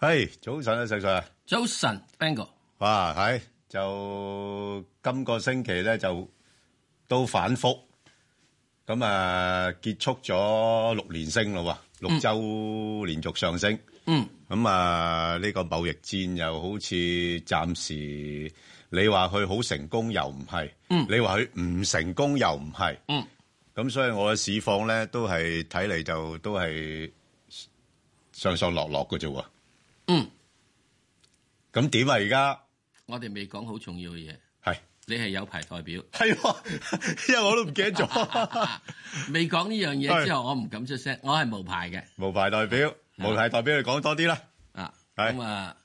係早晨啊，石 Sir。早晨，Bang 哥，哇，係就今個星期咧就都反覆，咁啊結束咗六連升咯喎，六周連續上升。嗯，咁啊呢個貿易戰又好似暫時你話佢好成功又唔係，嗯你話佢唔成功又唔係。嗯，咁所以我嘅市況咧都係睇嚟就都係上上落落嘅啫喎。嗯，咁點啊而家？我哋未講好重要嘅嘢，係你係有牌 代表，係喎，因 為我都唔記得咗。未講呢樣嘢之係後，我唔敢出聲，我係無牌嘅無牌代表，無牌代表你講多啲啦。啊。係咁啊，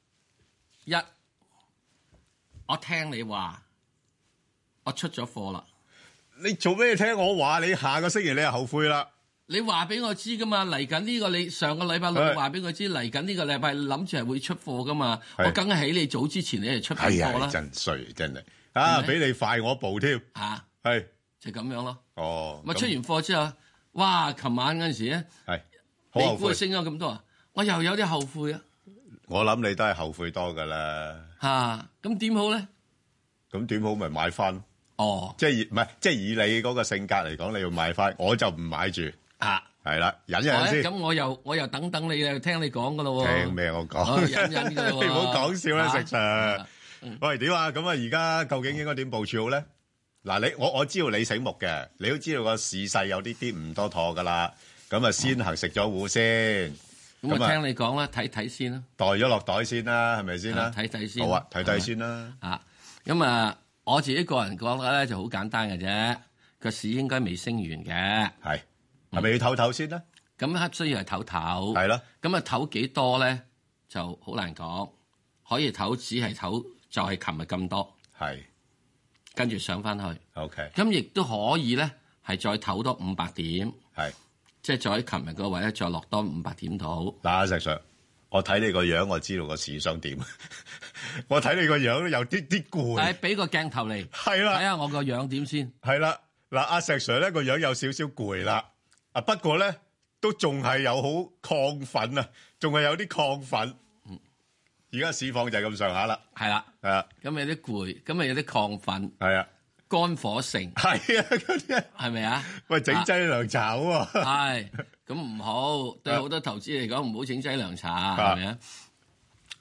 一我聽你話，我出咗貨啦。你做咩聽我話？你下個星期你就後悔啦。你話俾我知噶嘛？嚟緊呢個你上個禮拜係六話俾我知，嚟緊呢個禮拜諗住係會出貨噶嘛？係我梗係喺你早之前你係出係緊貨啊，啦你真衰真係啊！係咪俾你快我一步添。嚇，係啊就咁樣咯。哦，咪咁出完貨之後，哇！琴晚嗰陣時咧，係好後美股啊悔。升咗咁多啊，我又有啲後悔啊我諗你都係後悔多㗎啦。嚇。咁點好咧？咁點好咪買翻咯？哦即係以唔係即係以你嗰個性格嚟講，你要買翻，我就唔買住。啊，係啦，忍一好忍啊先。咁我又我又等等你啊，聽你講噶咯喎。聽咩我哦講？忍忍㗎 喎你唔好講笑啦，啊石 Sir。喂，點啊？咁啊，而家究竟應該點部署好咧？嗱，你我我知道你醒目嘅，你都知道個市勢有啲啲唔多妥噶啦。咁啊，先行食咗糊先，咁咁我啊聽你講啦，睇睇先啦。袋咗落袋先啦，係咪先啦啊？睇睇先好啊，睇係睇咪先啦。啊，咁啊，我自己個人覺得咧就好簡單嘅啫，個市應該未升完嘅，係係咪要唞唞先啦？咁黑需要係唞唞，係啦，咁啊唞幾多咧就好難講，可以唞只係唞就係琴日咁多，係跟住上翻去， OK，咁亦都可以咧係再唞多五百點，係即係再喺琴日個位咧再落多五百點度，嗱，石 Sir，我睇你個樣，我知道個市想點。 我睇你個樣都有啲啲誒攰，俾個鏡頭 嚟係啦睇。下我個樣點先，係啦，嗱，阿石 Sir 咧個樣有少少攰啦，啊不過咧都仲係有好亢奮啊，仲係有啲亢奮。而家市況就係咁上下啦，係啦，啊咁有啲攰，咁有啲亢奮，係啊，肝火盛，係啊，嗰啲啊係咪啊？喂整劑涼茶喎，係，咁唔好，對好多投資嚟講唔好整劑涼茶，係咪啊？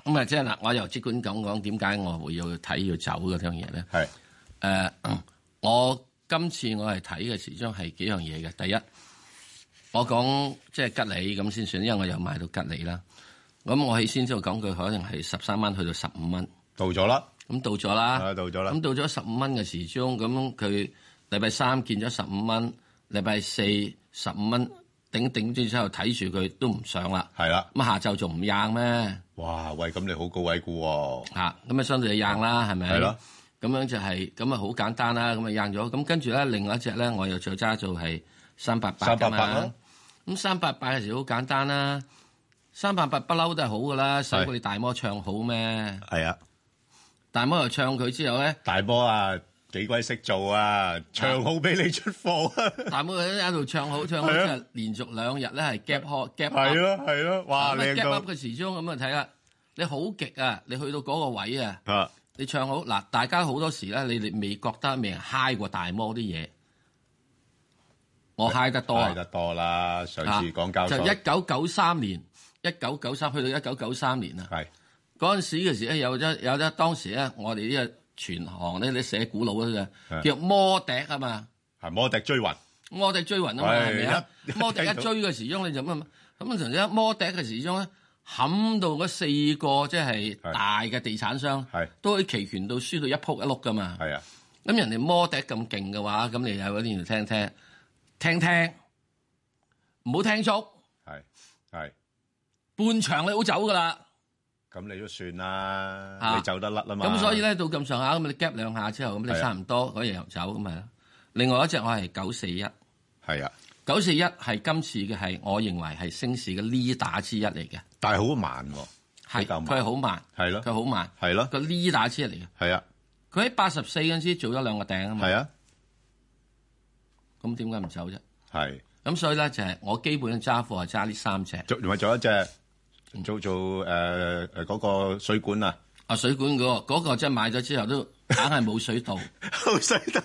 咁啊，即係嗱，我由即管咁講，點解我會要睇要走嗰樣嘢咧？係誒、呃嗯我今次我係睇嘅時鐘係幾樣嘢嘅。第一，我講即係吉利咁先算，因為我又買到吉利啦。咁我起先之後講佢可能係十三蚊去到十五蚊，到咗啦，咁到咗啦。啊到咗啦咁，到咗十五蚊嘅時鐘，咁佢禮拜三見咗十五蚊，禮拜四十五蚊頂頂住之後睇住佢都唔上啦。係啦，咁下晝仲唔硬咩？哇喂，咁你好高位估喎，嚇，咁啊相對就硬啦，係咪？係咯。咁樣就係咁啊，好簡單啦。咁啊硬咗，咁跟住咧，另外一隻咧，我又再揸做係三八八㗎388啦嘛。咁三八八嘅時好簡單啦，三八八不嬲都係好噶啦，使過你大摩唱好咩？係啊，大摩又唱佢之後 咧。大波啊幾鬼識做啊，長號俾你出貨啊，大妹喺度唱好唱好，即係啊係連續兩日咧係 gap 開 gap 係 up，咯係咯，哇咁啊靚 gap up 到嘅時鐘咁啊睇下，你好極啊！你去到嗰個位啊，啊你唱好嗱，大家好多時咧，你哋未覺得未 high 過大摩啲嘢，我 high 得多多啊！得多啦，上啊次講交就所一九九三年，一九九三去到一九九三年啊，係。嗰陣時嘅時咧有咗有咗當時咧，我哋呢個全行咧，你寫古老嗰係嘅叫摩笛啊嘛。係摩迪追雲，摩笛追雲啊嘛，係係咪啊一？摩笛一一聽到追嘅時鐘你就乜咁啊？同一摩笛嘅時鐘咧，冚到嗰四個即係係大嘅地產商係，都喺期權度輸到一仆一碌噶嘛。係啊，咁人哋摩笛咁勁嘅話，咁你有嗰啲要聽聽，聽聽，唔好聽足，係係，半場你好走噶啦。咁你都算啦，啊你走得甩啦嘛。咁所以咧到咁上下咁你 gap 兩下之後，咁係你啊差唔多嗰日又走咁啊。另外一隻我係九四一，係啊，九四一係今次嘅係我認為係升市嘅 leader 之一嚟嘅。但係好慢喎，係比較佢慢係好慢，係咯佢好慢，係咯，個呢打車嚟嘅。係啊，佢喺八十四嗰陣時做咗兩個頂啊嘛，係啊，咁點解唔走啫？係。咁所以咧就係我基本揸貨係揸呢三隻，仲咪仲有一隻做做誒誒嗰個水管啊， 啊水管嗰、個嗰、個真係買咗之後都硬係冇水 道好水道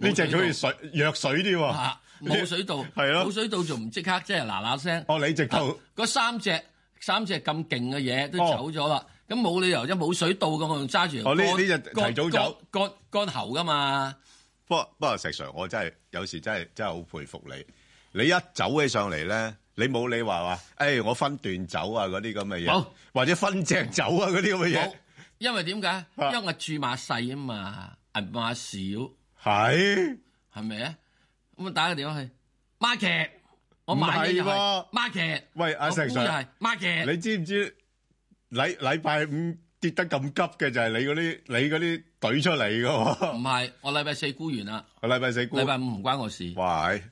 呢隻好似水藥水啲喎。啊，冇水道，哦 係咯冇水道仲唔即刻即係嗱嗱聲。哦，你直頭嗰三隻三隻咁勁嘅嘢都哦走咗啦，咁冇理由即係冇水道咁，我仲揸住條哦呢乾呢隻提早走乾乾乾乾喉噶嘛，不過不過石 Sir，我真係有時真係真係好佩服你。你一走起上嚟咧，你冇你話話，誒、我分段走啊嗰啲咁嘅嘢冇，或者分隻走啊嗰啲咁嘅嘢冇，，因為點啊解？因為我注碼細啊嘛，銀碼少，係係咪啊？咁啊打個電話去 market，我買嘢又唔係係喎 market，喂阿我石估 Sir，又係 market，你知唔知禮禮拜五跌得咁急嘅就係你嗰啲你嗰啲懟出嚟嘅 喎唔，係我禮拜四估完啦，禮拜四沽，禮拜五唔關我事。哇，係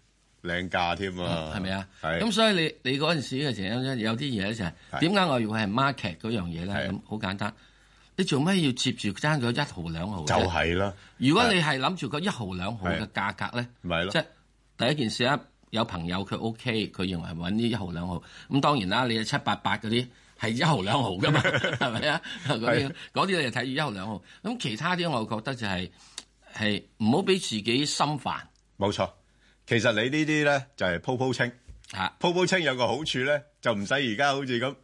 靚價添啊，係咪啊？係咁所以你你嗰陣時嘅情況咧，有啲嘢咧就係係點解我要係 market 嗰樣嘢係咧？咁好簡單，你做咩要接住爭佢一毫兩毫啫？就係啦，如果你係諗住個一毫兩毫嘅價格咧，咪係即咯，係第一件事啊，有朋友佢 OK，佢認為揾呢一毫兩毫，咁當然啦，你係七八八嗰啲。係一毫兩毫 噶嘛，係咪啊？嗰啲嗰啲你就睇住一毫兩毫，咁其他啲我覺得就係係唔好俾自己心煩冇錯。其實你呢啲咧就係鋪鋪清。嚇。鋪鋪清有個好處咧，就唔使而家好似咁，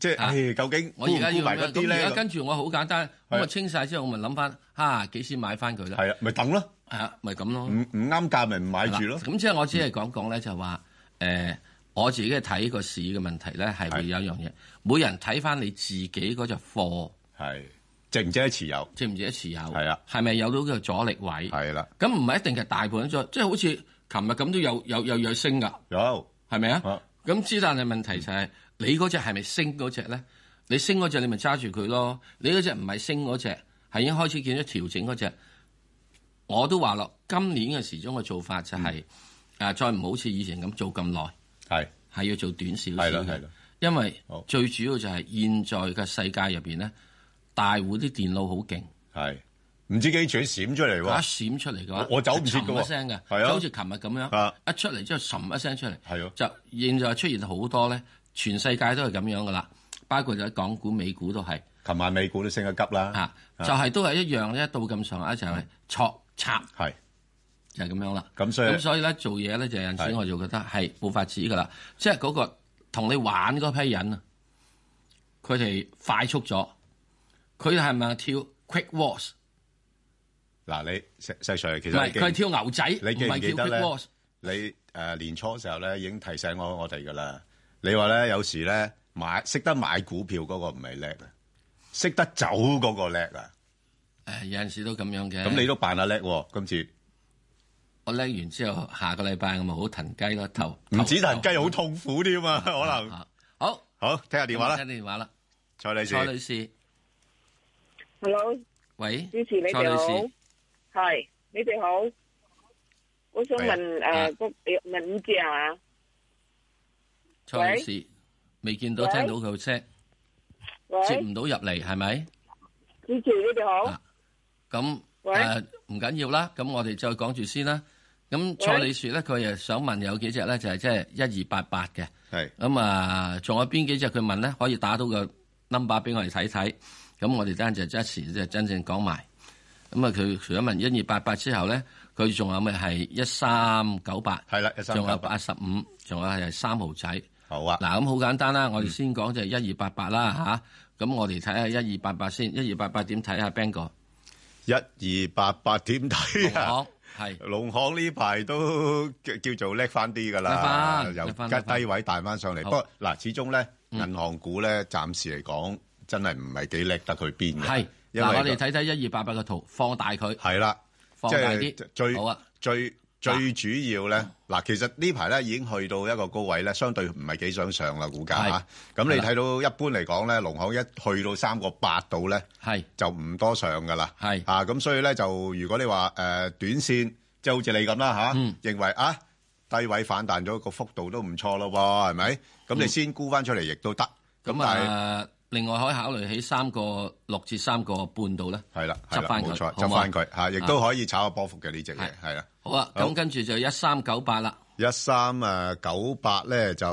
即係啊唉，究竟我而沽唔家沽要埋咩嗰啲咁而咧家？跟住我好簡單，咁係啊我清晒之後，我咪諗翻，嚇幾時買翻佢啦？係啊，咪等咯，係啊，咪咁咯唔。唔啱價咪唔買住咯嗱。咁即係我只係講講咧，就話誒，我自己睇個市嘅問題咧，係係會有一樣嘢，每人睇翻你自己嗰隻貨係值唔值得持有？值唔值得持有，係啊係咪有到個阻力位？係啦，咁唔係一定係大盤咗，即係好似琴日咁都有有有有升㗎，有係咪啊啊？咁之但係問題就係、你嗰只係咪升嗰只咧？你升嗰只你咪揸住佢咯，你嗰只唔係升嗰只，係已經開始見咗調整嗰只。我都話咯，今年嘅時鐘嘅做法就嗯係、啊，再唔好似以前咁做咁耐，係係要做短少少係啦係嘅啦，，因為好最主要就係現在嘅世界入邊咧，大戶啲電腦好勁，係唔知幾處閃出嚟佢一喎，閃出嚟嘅話，我我走唔切㗎喎就沉一聲嘅，係啊就好似琴日咁樣，啊一出嚟之後沉一聲出嚟，係咯，就現在出現好多咧，全世界都係咁樣噶啦，包括咗港股、美股都係琴晚美股都升得急啦，啊，就係都係一樣咧，一到咁上下就係戳插係就係咁樣啦。咁所以咁所以咧做嘢咧就有陣時係我就覺得係冇法子噶啦，即係嗰個同你玩嗰批人啊，佢哋快速咗，佢係咪跳 quick walks？嗱你石石 Sir 其唔實係你記佢係跳牛仔，你記唔唔係記跳得 quick 咧 walks。你誒年初嘅時候咧已經提醒我我哋噶啦，你話咧有時咧買識得買股票嗰個唔係叻啊，識得走嗰個叻啊。誒有陣時都咁樣嘅。咁你都扮下叻喎，今次我叻完之後，下個禮拜我咪好騰雞咯，頭唔止彈雞頭好痛苦添啊，可能啊好。好聽下電話啦，聽電話啦，蔡女士啊蔡女士， Hello，喂，主持你蔡哋女好，士，系你哋好，我想呃係啊问诶，嗰问五只啊，蔡女士，未見到喂聽到佢聲，喂，接唔到入嚟，係咪？主持你哋好啊，咁喂誒唔緊要啦，咁我哋再講住先啦。咁蔡女士咧，佢又想問有幾隻咧，就係即係一二八八嘅。係咁啊，仲有邊幾隻佢問咧，可以打到個 number 俾我哋睇睇。咁我哋等陣就即時即係真正講埋。咁啊，佢除咗問一二八八之後咧，佢仲有咪係一三九八？係啦，一三仲有九八八十五，仲有係三毫仔。好啊，嗱，咁好簡單啦，我哋先講就係一二八八嗯啦吓，咁我哋睇下一二八八先，一二八八點睇下 Bang 哥，一二八八點睇啊？行係農行呢排都叫叫做叻翻啲噶啦，叻返由叻返吉叻返低位彈翻上嚟。不好過嗱，始終咧嗯銀行股咧，暫時嚟講真係唔係幾叻得去邊嘅。係。因為嗱，我個哋睇睇一二八八個圖，放大佢，係啦。放即大係最啲，好啊，最最主要咧，嗱，其實呢排咧已經去到一個高位咧，相對唔係幾想上啦，股價係嚇。咁你係啦睇到一般嚟講咧，農行一去到三個八度咧，係就唔多上噶啦。係啊，咁所以咧就如果你話誒、呃短線，即係好似你咁啦嚇，嗯認為啊低位反彈咗個幅度都唔錯咯喎，係咪？咁你先沽翻出嚟亦都得。咁咁但係啊，另外可以考慮起三個六至三個半度咧，係啦，係執啦，返佢冇錯，好唔執好啊翻佢嚇，亦都可以炒下波幅嘅呢只嘢係，係啦。好啊，好咁跟住就一三九八啦，一三誒九八咧就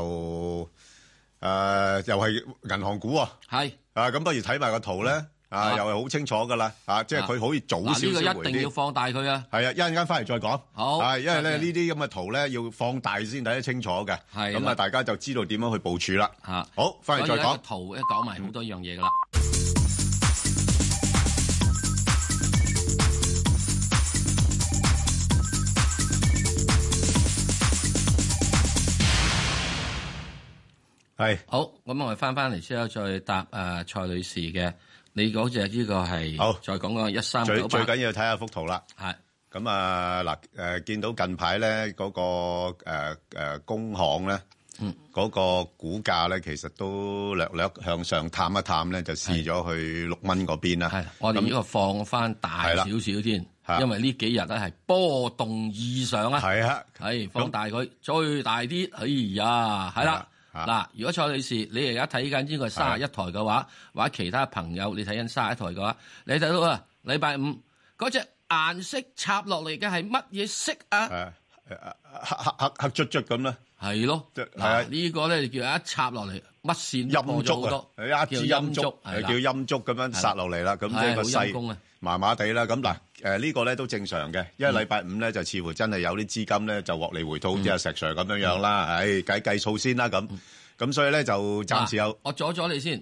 誒、誒，又係銀行股喎。係啊，咁不如睇埋個圖呢，啊，啊。又係好清楚㗎啦，啊，即係佢可以早嗱少少呢個回一定啲。要放大佢啊，係啊，一陣間返嚟再講。好，啊，因為呢，多謝。呢啲咁嘅圖呢，要放大先睇得清楚嘅。係啦。咁啊，大家就知道點樣去部署啦。嚇。所以好，返嚟再呢個講。圖一講埋好多樣嘢噶啦。係，好，咁我哋翻翻嚟之後再答誒蔡女士嘅，你嗰只呢個係好再講講一三最-九八最緊要睇下幅圖啦。係咁啊嗱，誒、見到近排咧嗰個誒、誒工行咧，嗯嗰、個股價咧其實都略略向上探一探咧，就試咗去六蚊嗰邊啦係。，我哋呢個放翻大啊係啦少少先，嚇因為呢幾日咧係波動異常啊。係啊，係放大佢，最大啲，哎呀，係啦。啊嗱，如果蔡女士你而家睇緊呢個三十一台嘅話，或者其他朋友你睇緊三十一台嘅話，你睇到啊，禮拜五嗰只顏色插落嚟嘅係乜嘢色誒啊？誒黑黑黑黑卒卒咁啦，係咯，即係啊嗱呢個咧就叫一插落嚟，乜線都破陰咗燭好多啊，，一支陰叫燭，係係啦叫陰燭咁樣殺落嚟啦。咁即係個唉好陰功勢啊麻麻地啦。咁嗱，誒呢個咧都正常嘅，因為禮拜五咧就似乎真係有啲資金咧就獲利回吐，好似阿石 Sir 咁樣樣啦。唉，計計數先啦咁。咁所以咧就暫時有嗱。我阻咗你先，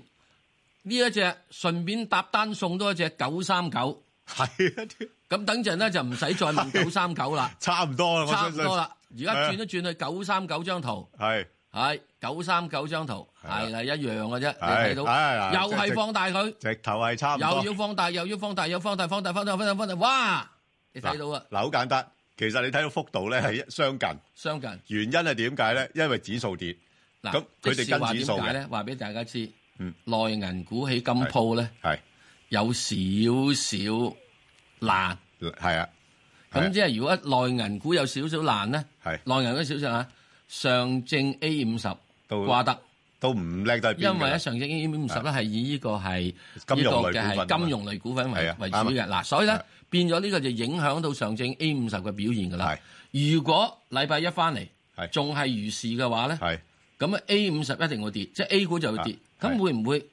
呢一隻順便搭單送多一隻九三九，係啊，咁等陣咧就唔使再問九三九啦。差唔 多啦，我差相唔信。多啦，而家轉一轉去九三九張圖，係，係九三九張圖，係啦一樣嘅啫，係你睇到係啦又即係係放大佢，直頭係差唔多。又要放大，又要放大，又放大，放大，放大，放大，放大，哇！你睇到啊，嗱，好簡單，其實你睇到幅度呢係相近，原因係點解呢？因為指數跌，相近嗱，咁佢哋即使跟話指點數嘅解咧？話俾大家知，嗯內銀股喺金鋪咧有少少難，係，係啊，係啊，咁即係如果內銀股有少少難咧，係內銀股少少難，上證 A 五十都掛得。都唔叻得去邊㗎啦。因為咧上證 A 五十咧係以呢個係金融類股份啊嘛係呢個嘅係金融類股份為啊為主啱啊嘅，嗱，所以係咧變咗呢個就影響到上證 A 五十嘅表現㗎啦。如果禮拜一翻嚟係仲係如是嘅話咧，咁啊 A 五十一定會跌，即係 A 股就會跌。係咁會唔會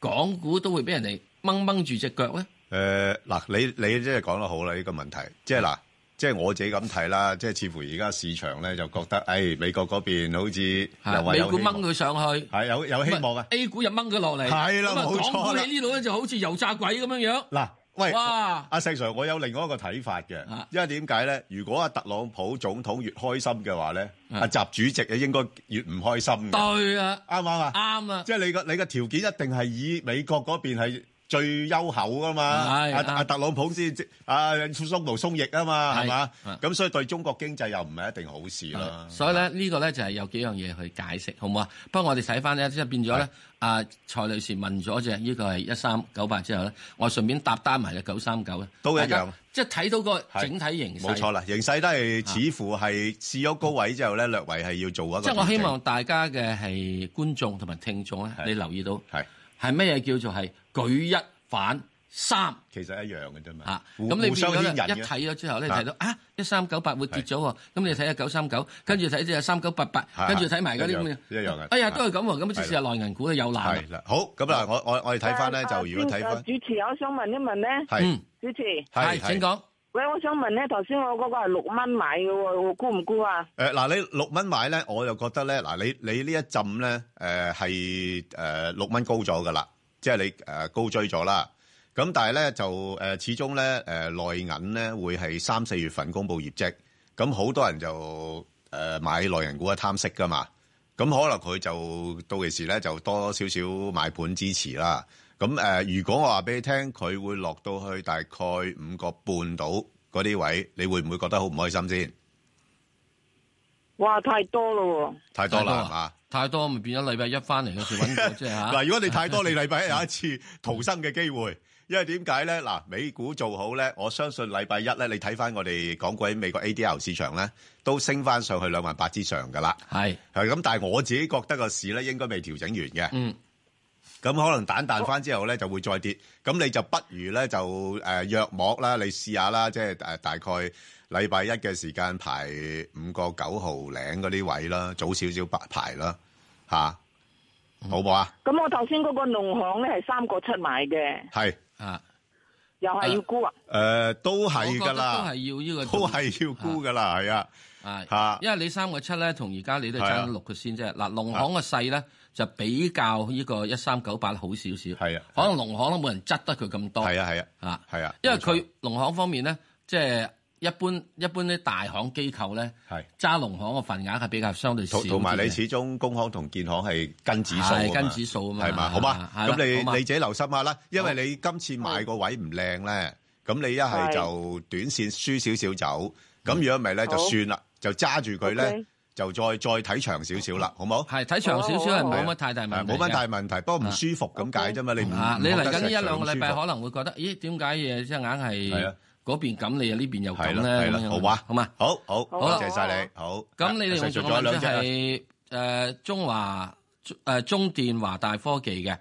港股都會俾人哋掹掹住只腳咧？呃係，誒，嗱，你-哎你真係講得好啦，呢個問題。即係嗱，即係我自己咁睇啦，即係似乎而家市場呢就覺得，唉，美國嗰邊好似嚇又話有美股希掹佢上去，望。係，有-有希望啊。 ，A 股又掹佢落嚟，係啦咁啊冇錯啦港股喺呢度咧就好似油炸鬼咁樣樣。 嗱，喂，哇！阿石 Sir，我有另外一個睇法嘅啊，因為點解咧？如果阿特朗普總統越開心嘅話咧，啊阿習主席啊應該越唔開心嘅，對啊，啱唔啱啊？啱啊。即係你個你個條件一定係以美國嗰邊係最優厚噶嘛，係阿啱阿特朗普先即阿鬆毛鬆翼啊嘛，係係嘛啊？咁所以對中國經濟又唔係一定好事啦係。所以咧，呢個咧就係有幾樣嘢去解釋，好唔好啊？不過我哋睇翻咧，即係變咗咧係，阿蔡女士問咗只呢個係一三九八之後咧，我順便搭單埋只九三九咧，都一樣大家即係睇到個係整體形勢。冇錯，啦，形勢都係似乎係試咗高位之後咧，略為係要做一個調即係整。我希望大家嘅係觀眾同埋聽眾咧，係你留意到係係乜嘢叫做係舉一反三。其實一樣嘅啫嘛啊，，互咁你變互相咗牽咧引一嘅。睇咗之後咧，你啊睇到啊一三九八會跌咗喎，咁你睇下九三九，跟住睇隻三九八八，係跟住睇埋嗰啲咁一樣一樣嘅哎呀都係咁喎，咁至係少係內銀股咧有難啊係啦，好咁嗱，我我我哋睇翻咧，就如果睇翻啊主持，我想問一問咧，係嗯，主持，係請講。喂，我想問咧，頭先我嗰個係六蚊買嘅喎，我估唔估啊？誒呃嗱，你六蚊買咧，我又覺得咧嗱，你你呢一陣咧誒係誒六蚊高咗噶啦，即係你誒高追咗啦。咁但係咧就誒始呃終咧誒內銀咧會係三四月份公布業績，咁好多人就呃誒買內銀股係貪息噶嘛。咁可能佢就到期時咧就多少少買盤支持啦。咁誒、呃如果我話俾你聽，佢會落到去大概五個半到嗰啲位，你會唔會覺得好唔開心先？哇，太多咯太多啦，係嘛？太多咪變咗禮拜一翻嚟嗰時揾過啫嗱，嚇。如果你太多，你禮拜一有一次逃生嘅機會，因為點解咧？嗱，美股做好咧，我相信禮拜一咧，你睇翻我哋港股喺美國 ADR 市場咧，都升翻上去兩萬八之上噶啦。係，係咁，但係我自己覺得個市咧應該未調整完嘅，嗯，咁可能蛋彈翻之後咧就會再跌。咁你就不如咧就誒約莫啦，你試下啦，即係誒大概禮拜一嘅時間排五個九毫零嗰啲位啦，早少少排排啦，嚇好唔好啊？咁我頭先嗰個農行咧係三個七買嘅，係啊，又係要沽啊？誒，都我係覺㗎得都啦，係要呢個都係要沽㗎啦，係啊，啊嚇，因為你三個七咧，同而家你都係啊爭六個先啫。嗱，農行嘅勢咧就比較呢個一三九八好少少，係啊，可能農行都冇人執得佢咁多，係啊，係啊，啊係啊，因為冇錯佢農行方面咧，即係一般一般啲大行機構咧係揸農行嘅份額係比較相對少同啲嘅同埋你始終工行同建行係跟指數啊係嘛跟指數啊嘛，係嘛？好嘛？係啦咁你好嘛你自己留心下啦，因為好你今次買個位唔靚咧，咁你一係係就短線輸少少走，咁如果唔係咧好就算啦，就揸住佢咧 OK，就再再睇長少少啦，好冇？係睇長少少係冇乜太大問係題哦冇嘅乜大問題，不過唔舒服咁解啫嘛，你唔啊！你嚟緊呢一兩兩個禮拜可能會覺得，咦？點解嘢即係硬係係啊嗰邊咁，你又呢邊又咁係咧？啦係啦咁樣好嘛好嘛？好好多好謝晒你，好。咁你哋用仲仲有有兩隻兩隻啊係誒中華誒中電華大科技嘅，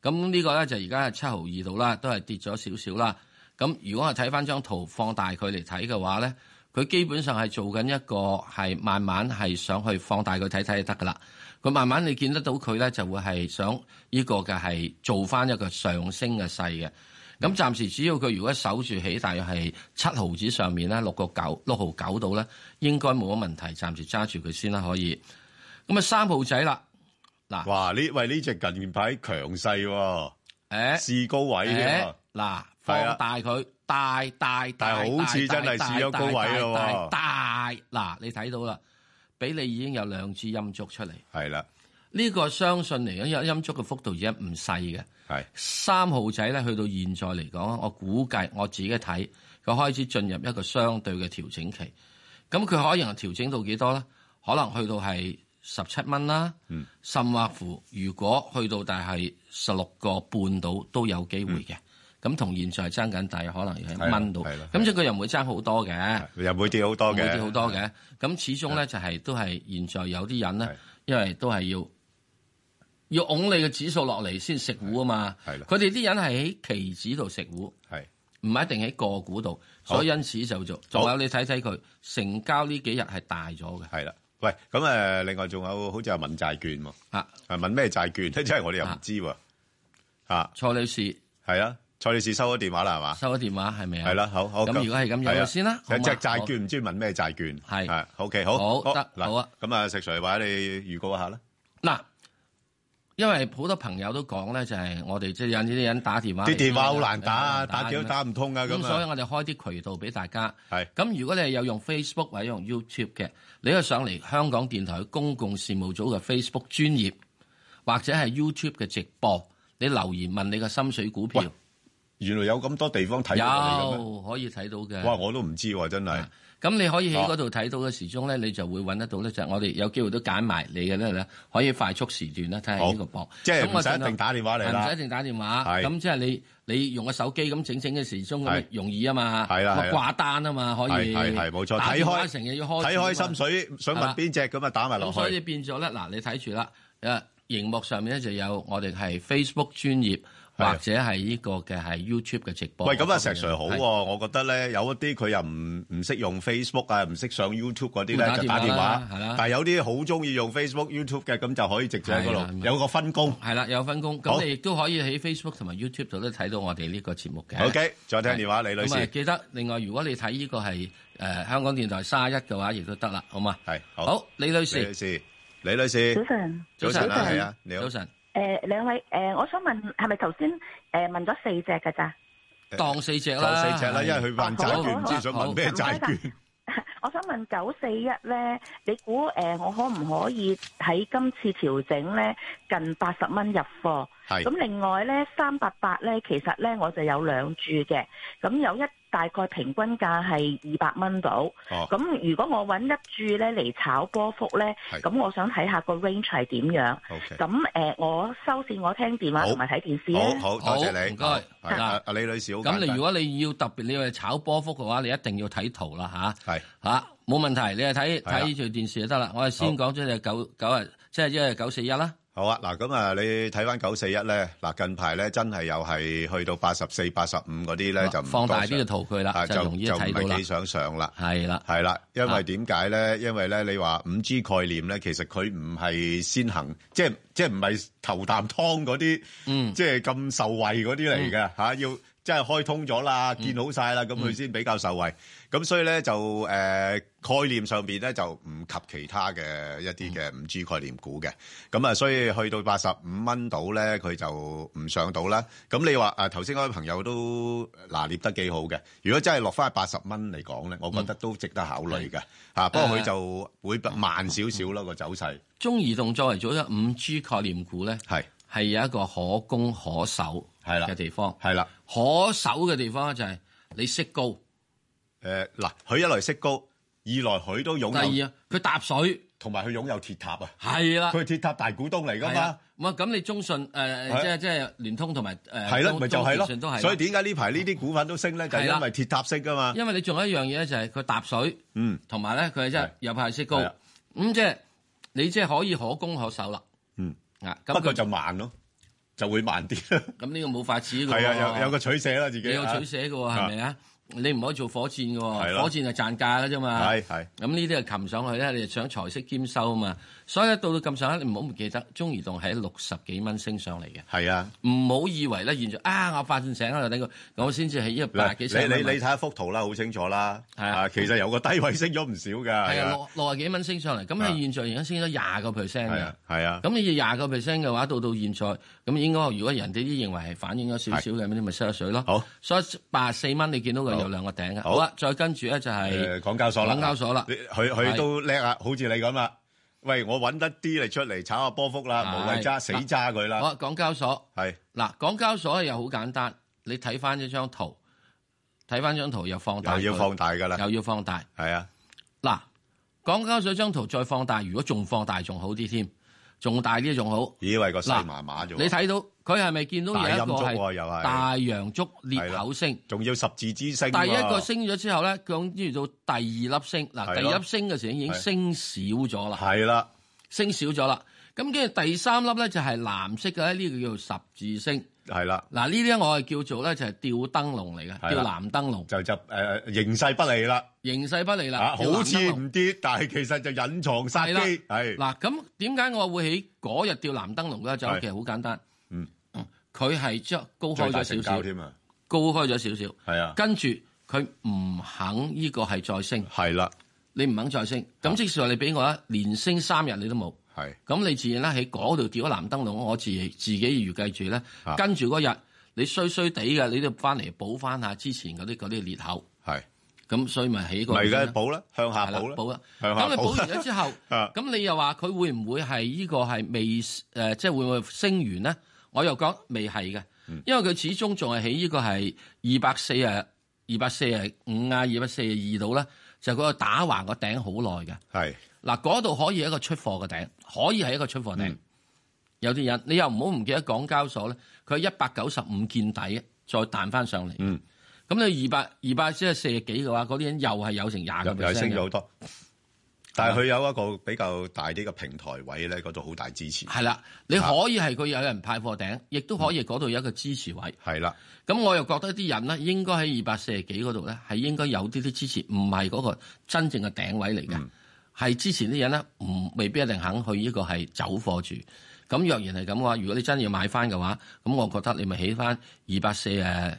咁呢個咧就而家係七毫二度啦，都係跌咗少少啦。咁如果我睇翻張圖放大佢嚟睇嘅話咧，佢基本上係做緊一個係慢慢係想去放大佢睇睇就得噶啦。佢慢慢你見得到佢咧就會係想呢個嘅係做翻一個上升嘅勢嘅。咁暫時只要佢如果守住起，大約係七毫子上面咧，六個九六毫九度咧，應該冇乜問題。暫時揸住佢先啦，可以。咁啊，三毫仔啦，嗱，哇！呢喂呢只近排強勢喎，誒試高位添誒啊，，嗱，係啊放大佢，大大大，但係好似大真係大試咗大高位咯大喎大大嗱，你睇到啦，俾你已經有兩支陰燭出嚟，係啦，呢個相信嚟講，因為陰燭嘅幅度而家唔細嘅。係三號仔咧，去到現在嚟講，我估計我自己睇，佢開始進入一個相對嘅調整期。咁佢可能調整到幾多咧？可能去到係十七蚊啦，嗯甚或乎如果去到但係十六個半到都有機會嘅。咁同現在爭緊，但係可能係一蚊到。係啦係啦咁即係佢又唔會爭好多嘅。又唔會跌好多唔嘅，會跌好多嘅。咁始終咧就係都係現在有啲人係咧，因為都係要要拱你嘅指數落嚟先食糊啊嘛。係啦佢哋啲人係喺期指度食糊，係。唔係一定喺個股度，好所以因此就做。仲有你睇睇佢成交呢幾日係大咗嘅系啦，喂，咁诶，誒另外仲有好似係問債券喎，啊，啊問咩債券 咧？真係我哋又唔知喎，啊，蔡女士係啊，蔡女士收咗電話啦，係嘛？收咗電話係咪啊？係啦，好好。咁如果係咁係有啊咗先啦好有嘛隻債券唔知問咩債券，係啊，OK，好，好得嗱好啊。咁啊，石 Sir 話你預告一下啦，嗱。因為好多朋友都講咧，就係我哋即係有呢啲人打電話嚟，啲電話好難打啊，打咁幾都樣打唔通啊，咁咁所以啊，我哋開啲渠道俾大家。係咁如果你係有用 Facebook 或者用 YouTube 嘅，你可以上嚟香港電台公共事務組嘅 Facebook 專頁，或者係 YouTube 嘅直播，你留言問你嘅心水股票，原來有咁多地方睇到我哋咁有可以睇到啊，哇，嘅。我都唔知喎，真係啊咁你可以哦喺嗰度睇到嘅時鐘咧，你就會揾得到咧，就係我哋有機會都揀埋你嘅咧，可以快速時段咧睇下呢個好博，，即係咁我唔使盡一量定打電話嚟係唔啦使一，定打電話，係咁即係你你用個手機咁整整嘅時鐘係咁容易啊嘛，係啦咁啊係啦掛單啊嘛，可係以係係冇錯睇打開電話成日要開睇始啊嘛開心水，想係問啦邊只咁啊，打埋落咁所以去你，變咗咧，嗱你睇住啦，誒，熒幕上面咧就有我哋係 Facebook 專業係或者係呢個嘅係 YouTube 嘅直播。喂，咁啊，石嗰 Sir 方面好喎，係我覺得咧有一啲佢又唔唔識用 Facebook 啊，唔識上 YouTube 嗰啲咧咁打就電打話啦電話係啦，但係有啲好中意用 Facebook、YouTube 嘅，咁就可以直接喺嗰係啦係度啦有個分工。係啦，有分工。好咁你亦都可以喺 Facebook 同埋 YouTube 度都睇到我哋呢個節目嘅。 OK，再聽電話，李女咁啊，士，記得另外，如果你睇呢個係誒香港電台三一嘅話，亦都得啦，好嘛？係好，好，李女李女士，士，李女士早，晨，早晨啊，係啊，你好早，晨，誒兩位誒，我想問係咪頭先誒問咗四隻㗎咋？當四隻就啦，四隻啦，因為佢 問債券，唔知想問咩債券，我想問九四一咧，你估誒我可唔可以喺今次調整咧近八十蚊入貨？咁係另外咧三八八咧，其實咧我就有兩注嘅，咁有一大概平均價係二百蚊到。哦，咁如果我揾一注咧嚟炒波幅咧係，咁我想睇下個 range 係點樣。 OK，咁誒、我收線，我聽電話好同埋睇電視啊。好好，多謝你，好唔該好係啊嗱阿李女士好簡咁單，你如果你要特別你要係炒波幅嘅話，你一定要睇圖啦嚇。係吓冇問題，你係睇係啊睇住電視就得啦。我係先講咗只九九啊，即係一係九四一啦，好啊，嗱，咁啊，你睇翻九四一咧，嗱，近排咧真係又係去到八十四、八十五嗰啲咧，就唔放大啲嘅嘅圖佢啊，啦，就就容易就唔睇到係啦幾。想上啦。係啦，係啦，因啊為點解咧？因為咧，你話五 G 概念咧，其實佢唔係先行，即係即係唔係頭啖湯嗰啲，嗯即係咁受惠嗰啲嚟嘅嚇，要即係開通咗啦，建好晒啦，咁佢先比較受惠。咁所以咧就誒、呃概念上邊咧就唔及其他嘅一啲嘅五 G 概念股嘅。咁啊，所以去到八十五蚊度咧，佢就唔上到啦。咁你話啊，頭先嗰位朋友都拿捏得幾好嘅。如果真係落翻去八十蚊嚟講咧，我覺得都值得考慮嘅嚇。不過佢就會慢少少咯個走勢，中移動作為咗一五 G 概念股咧，係係有一個可攻可守係啦嘅地方。係啦。可守嘅地方就係你息高，誒嗱，佢一來息高，二來佢都擁第有，二啊佢搭水同埋佢擁有鐵塔啊，係啦。佢係鐵塔大股東嚟噶係嘛啊，，唔係咁你中信誒、呃係即係即係聯通同埋誒係咯，中咪就係中電信都咯，係。所以點啊解呢排呢啲股份都升咧？就係係啦因為鐵塔升噶嘛，因為你仲有一樣嘢咧，就係佢搭水，嗯，同埋咧佢係真係係有派息高，係啊咁即係你即係可以可攻可守啦。嗯，啊，咁不過佢就慢咯，就會慢啲啦，咁 呢個冇法子嘅喎。係啊，有有個取捨啦，自己你有取啊，捨嘅喎，係咪啊？你唔可以做火箭嘅係喎，咯火箭係賺價嘅啫嘛。係係咁呢啲係擒上去咧，你就想財色兼收啊嘛。所以到到咁上下，你唔好唔記得，中移動係六十幾蚊升上嚟嘅。係啊。唔好以為咧，現在啊，我發現醒啦，等佢，我先至係一百嗱，幾升。你你你睇下幅圖啦，好清楚啦，係啊啊，其實有個低位升咗唔少㗎，係係啊，啊，六六十幾蚊升上嚟，咁啊係現在而家升咗廿個 percent 係嘅啊。，係啊，咁你廿個 percent 嘅話，到到現在，咁應該如果人哋啲認為係反映咗少少嘅，咁你咪收咗水咯。好，所以八十四蚊你見到佢好有兩個頂嘅。好好啦，再跟住咧就誒係港交所啦，港交所啦你佢佢啊係都叻啊，好似你咁啦，喂，我揾得啲嚟出嚟炒下波幅啦，無謂揸係死揸佢啦，好港交所。係嗱，港交所又好簡單，你睇翻一張圖，睇翻張圖又放大又佢，要放大㗎啦，又要放大。係啊，嗱，港交所張圖再放大，如果仲放大仲好啲添，仲大啲仲好。以為個勢嗱麻麻啫喎，你睇到佢係咪見到有啊大一陰個燭喎係又係，大陽燭裂口升？仲要十字之星喎，第一個升咗之後咧，講跟住到第二粒升，嗱係第咯一粒升嘅時候已經升少咗啦，係啦，升少咗啦。咁跟住第三粒咧就係藍色嘅咧，呢、個叫做十字星。係啦，嗱呢啲咧我係叫做咧就係吊燈籠嚟係啦嘅，吊藍燈籠，就就誒形勢不利啦，形勢不利啦啊，，吊藍好似燈籠唔跌，但係其實就隱藏殺係啦機，係嗱，咁點解我會喺嗰日吊藍燈籠咧？就係其實好簡單，嗯，佢係將高最開大咗成少交少，添啊，高開咗少少，係啊，跟住佢唔肯呢個係再升，係啦，你唔肯再升，啊咁即使話你俾我啦，連升三日你都冇，係咁你自然啦喺嗰度吊咗藍燈籠，我自己自己預計住咧啊，跟住嗰日你衰衰地嘅，你都翻嚟補翻下之前嗰啲嗰啲裂口，係，咁所以咪起個咪而先家啦補啦，向下係啦補，啦，補啦。向下咁你補補完咗 之後，啊咁你又話佢會唔會係呢個係未誒、呃即係會唔會升完咧？我又講未係嘅，嗯因為佢始終仲係喺呢個係二百四啊、二百四啊五啊、二百四啊二度咧，就嗰個打橫個頂好耐嘅。係嗱，嗰度可以係一個出貨嘅頂，可以係一個出貨頂。嗯有啲人你又唔好唔記得港交所咧，佢一百九十五見底，再彈翻上嚟。嗯咁你二百二百即係四十幾嘅話，嗰啲人又係有成廿個又 percent 又升嘅咗好多。但係佢有一個比較大啲嘅平台位咧，嗰度好大支持，係啦，你啊可以係佢有人派貨頂，亦都可以嗰度有一個支持位。係啦，咁我又覺得啲人咧應該喺二百四十幾嗰度咧，係應該有啲啲支持，唔係嗰個真正嘅頂位嚟嗯嘅。係之前啲人咧，唔未必一定肯去呢個係走貨住。咁若然係咁嘅話，如果你真要買翻嘅話，咁我覺得你咪起翻二百四誒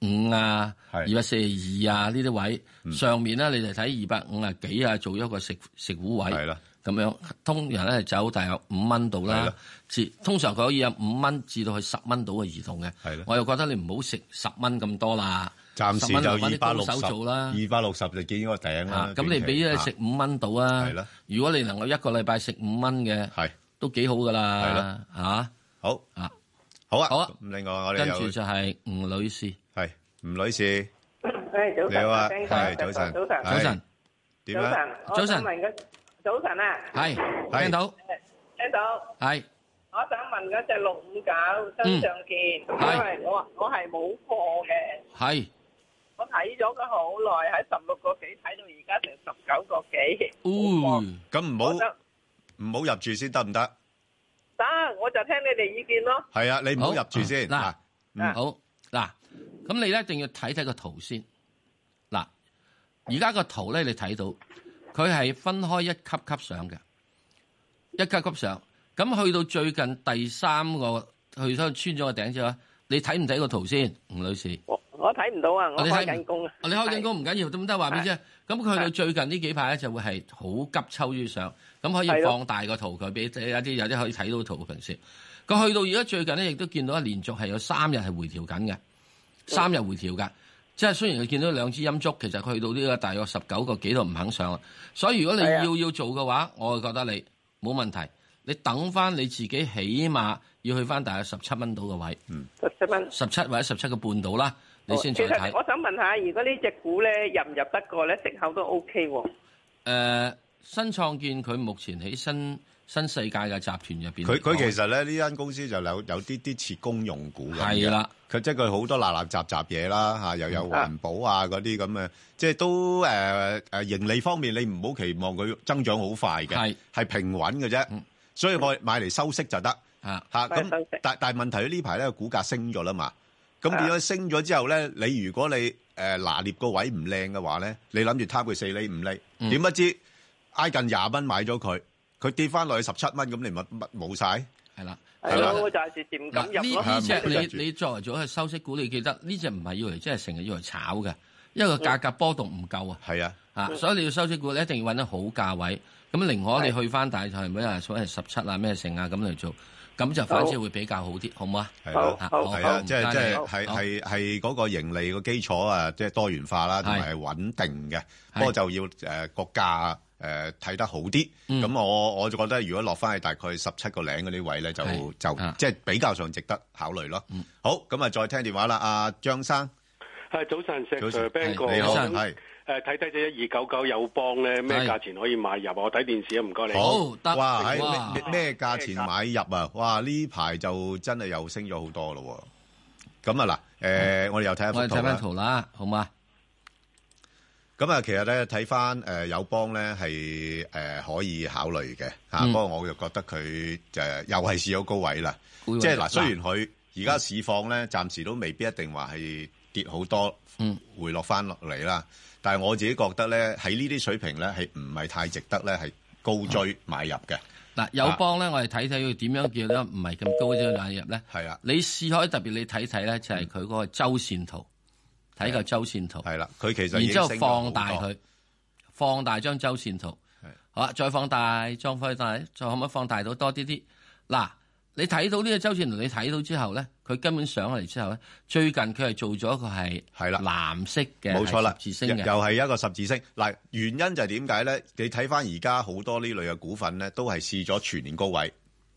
五啊，係嗯二百四二啊呢啲位、上面咧，你就睇二百五啊幾啊，做一個食食糊位。係啦，咁樣通常咧走大約五蚊度係啦啦，至通常佢可以有五蚊至到去十蚊度嘅移動嘅。係啦我又覺得你唔好食十蚊咁多啦，暫時10蚊就留二返啲百高六手做十啦。二百六十就見個頂啦啊。咁你俾短佢期食五蚊度啊係啦，如果你能夠一個禮拜食五蚊嘅，係都幾好噶係啦啦，嚇好啊！好啊。好啊咁另外我哋跟住有就係吳女士，係吳女士诶，早晨，你好啊 Ben 哥係早晨，早晨早係晨，早晨，點早啊？晨，早晨我想問嘅早晨啊，係聽到聽到，係我想問嗰只六五九嗯新上健，係因為我我係冇貨嘅，係，我睇咗佢好耐，喺十六個幾睇到而家成十九個幾，冇貨哦，咁唔我好想唔好入住先得唔得？得，我就聽你哋意見咯。係啊，你唔好入住先好嗱嗱，嗯好嗱，咁你咧一定要睇睇個圖先。嗱，而家個圖咧，你睇到佢係分開一級級上嘅，一級級上。咁去到最近第三個去到穿咗個頂之後，你睇唔睇個圖先，吳女士？我我睇唔到啊，我我哋睇開唔緊工啊。你開緊工唔緊要，咁得話俾你知。咁佢去到最近呢幾排咧，就會係好急抽於上，咁可以係咯放大個圖佢俾有啲有啲可以睇到圖嘅平時。佢去到而家最近咧，亦都見到連續係有三日係回調緊嗯嘅，三日回調㗎。即係雖然佢見到兩支陰燭，其實佢去到呢個大約十九個幾度唔肯上啦。所以如果你係啊要要做嘅話，我就覺得你冇問題。你等翻你自己，起碼要去翻大約十七蚊到嘅位，十七蚊。十七或者十七個半到啦，你先再哦其實睇。我想問下，如果呢只股咧入唔入得過咧，息口都 O K 喎。誒、呃新創建佢目前喺新新世界嘅集團入邊嚟講，佢佢其實咧呢間公司就有有啲啲似公用股咁嘅係啦，佢即係佢好多垃垃雜雜嘢啦嚇，又有環保啊嗰啲咁嘅，即係都誒誒盈利方面你唔好期望佢增長好快嘅係，係平穩嘅啫嗯，所以我買嚟收息就得。啊吓都係收咁息，但但問題呢排咧股價升咗啦嘛，咁啊變咗升咗之後咧，你如果你誒、呃拿捏個位唔靚嘅話咧，你諗住貪佢四厘五厘，嗯點不知挨近廿蚊買咗佢，佢跌翻落去十七蚊，咁你咪乜冇晒？係啦。係係啦咯，我就係漸漸嗱咁入咯呢。呢係咪只你你作為咗係收息股，你記得呢只唔係要嚟，即係成日要嚟炒嘅，因為個價格波動唔夠啊，係啊，啊，嗯所以你要收息股，你一定要揾得好價位。咁寧可你係去翻大係咩啊？所謂十七啊咩成啊咁嚟做，咁就反好而會比較好啲，好唔好啊？係好咯，啊好係好啊，唔即係該即係你係好係係嗰個盈利個基礎啊，即係多元化啦，同埋係穩定嘅，不過就要誒個價誒睇得好啲。嗯咁我我就覺得如果落翻去大概十七個零嗰啲位咧，就係就啊即係比較上值得考慮咯嗯。好，咁啊再聽電話啦，阿張生，係早晨，石早晨 Sir Ben 哥，係你好，早晨係誒睇低只一二九九友邦咧，咩係價錢可以買入啊？我睇電視啊，唔該你。好得哇，哇喺咩咩價錢買入啊？哇，呢排就真係又升咗好多咯喎。咁啊嗱，誒我哋又睇一嗯我幅哋圖睇翻啦。圖啦，好啊嘛？咁啊，其實咧睇翻誒友邦咧係誒可以考慮嘅嚇，嗯不過我就覺得佢誒又係試咗高位啦。即即係嗱，雖然佢而嗯家市況咧暫時都未必一定話係跌好多嗯，回落翻落嚟啦，但係我自己覺得咧喺呢啲水平咧係唔係太值得咧係高嗯追買入嘅，嗱友啊邦咧，我哋睇睇佢點樣叫咧，唔係咁高啫買入咧。係啦，你試開特別你睇睇咧，就係佢嗰個周線圖，睇個周線圖，嗯係啦，佢其實然已經之後升咗好放多大，佢，放大張周線圖係，好啦，再放大，再放大，再可唔可以放大到多啲啲？嗱，你睇到呢個周線圖，你睇到之後咧，佢根本上嚟之後咧，最近佢係做咗個係係啦藍色嘅，冇錯啦，係十字星又嘅，又係一個十字星。嗱，原因就係點解咧？你睇翻而家好多呢類嘅股份咧，都係試咗全年高位，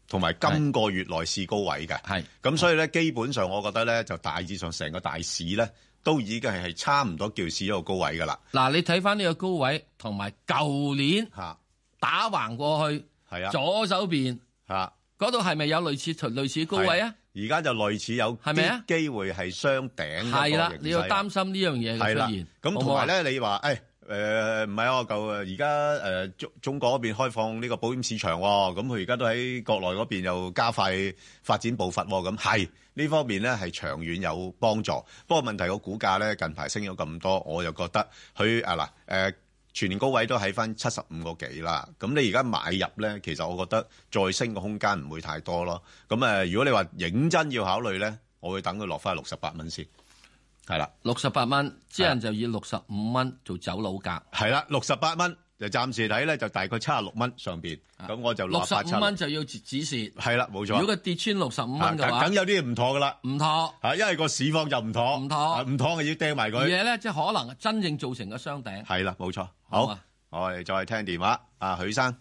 同埋今個月內試高位嘅。係咁所以咧，基本上我覺得咧，就大致上成個大市咧，都已經係係差唔多叫試咗個高位噶啦。嗱，你睇翻呢個高位同埋舊年嚇，打橫過去係啊，左手邊。嚇，嗰度係咪有類似類似高位啊？而家就類似有係咪啊啲機會係雙頂嗰個係啦形，勢啊你要啦擔心呢樣嘢嘅係啦出現。，咁好同唔好啊埋，咧，你話誒誒唔係啊，舊而家誒中中國嗰邊開放呢個保險市場喎，咁佢而家都喺國內嗰邊又加快發展步伐喎，咁係呢方面咧係長遠有幫助。不過問題個股價咧近排升咗咁多，我又覺得佢啊嗱誒。全年高位都喺翻七十五個幾啦，咁你而家買入咧，其實我覺得再升嘅空間唔會太多咯。咁誒、如果你話認真要考慮咧，我會等佢落翻六十八蚊先，係啦。六十八蚊，之啊人就以六十五蚊做走佬價。係啦，六十八蚊就暫時睇咧，就大概七十六蚊上邊，咁我就六十68五蚊就要指指示。係啦，冇錯。如果佢跌穿六十五蚊嘅啊話梗，有啲唔妥噶啦，唔妥。嚇，因為個市況就唔妥，唔妥啊唔妥就要掟埋而佢。嘢咧，即係可能真正造成嘅雙頂。係啦，冇錯。好好啊，我哋再聽電話。啊，許生，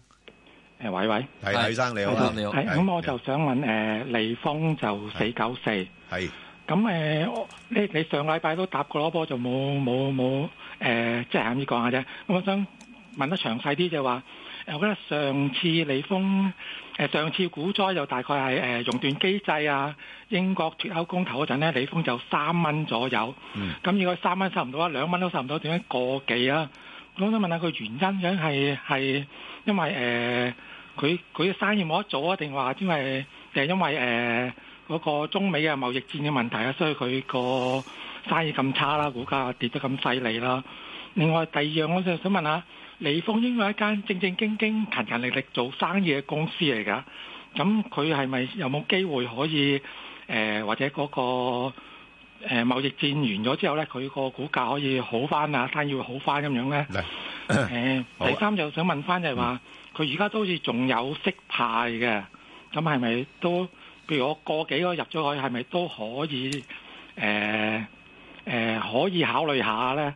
誒，喂喂，係係許生你好係啊，你好係係咁我就想問誒，利豐就四九四，咁係誒，我你你上禮拜都答過咯，不過就冇冇冇誒，即係咁意講下啫。咁我想問得詳細啲就話，呃誒，我覺得上次利豐誒上次股災就大概係誒熔斷機制啊，英國脱歐公投嗰陣咧，利豐就三蚊左右嗯，咁如果三蚊收唔到啊，兩蚊都收唔到，點解個幾啊？咁我想問下佢原因，梗係係因為誒。佢佢嘅生意冇得做啊？定話因為誒因為誒嗰、呃個中美嘅貿易戰嘅問題啊，所以佢個生意咁差啦，股價跌得咁犀利啦。另外第二樣，我就想問下，利豐應該係一間正正經經、勤勤力力做生意嘅公司嚟㗎，咁佢係咪有冇機會可以誒、呃或者嗰、個？誒貿易戰完咗之後咧，佢個股價可以好翻啊，生意會好翻咁樣咧。嗱，誒， 好啊嗯第三就想問翻就係話，佢而家都好似仲有息派嘅，咁係咪都？譬如我過幾個入咗去，係咪都可以？誒、誒、可以考慮下咧。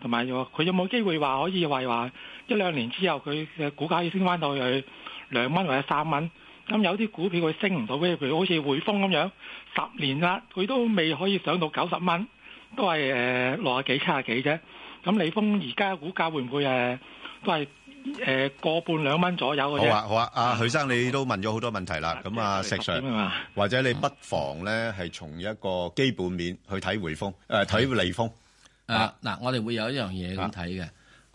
同埋又話佢有冇機會話可以話話一兩年之後佢嘅股價要升翻到去兩蚊或者三蚊？咁有啲股票佢升唔到嘅，譬如好似匯豐咁樣，十年啦，佢都未可以上到九十蚊，都係誒六啊幾七啊幾啫。咁利豐而家股價會唔會誒、都係誒、個半兩蚊左右嘅好啫？啊，好啊，阿許生你都問咗好多問題啦，咁啊，即石係十 Sir 點。嘛或者你不妨咧係從一個基本面去睇匯豐，誒、睇利豐，啊誒啊嗱，我哋會有一樣嘢咁睇嘅。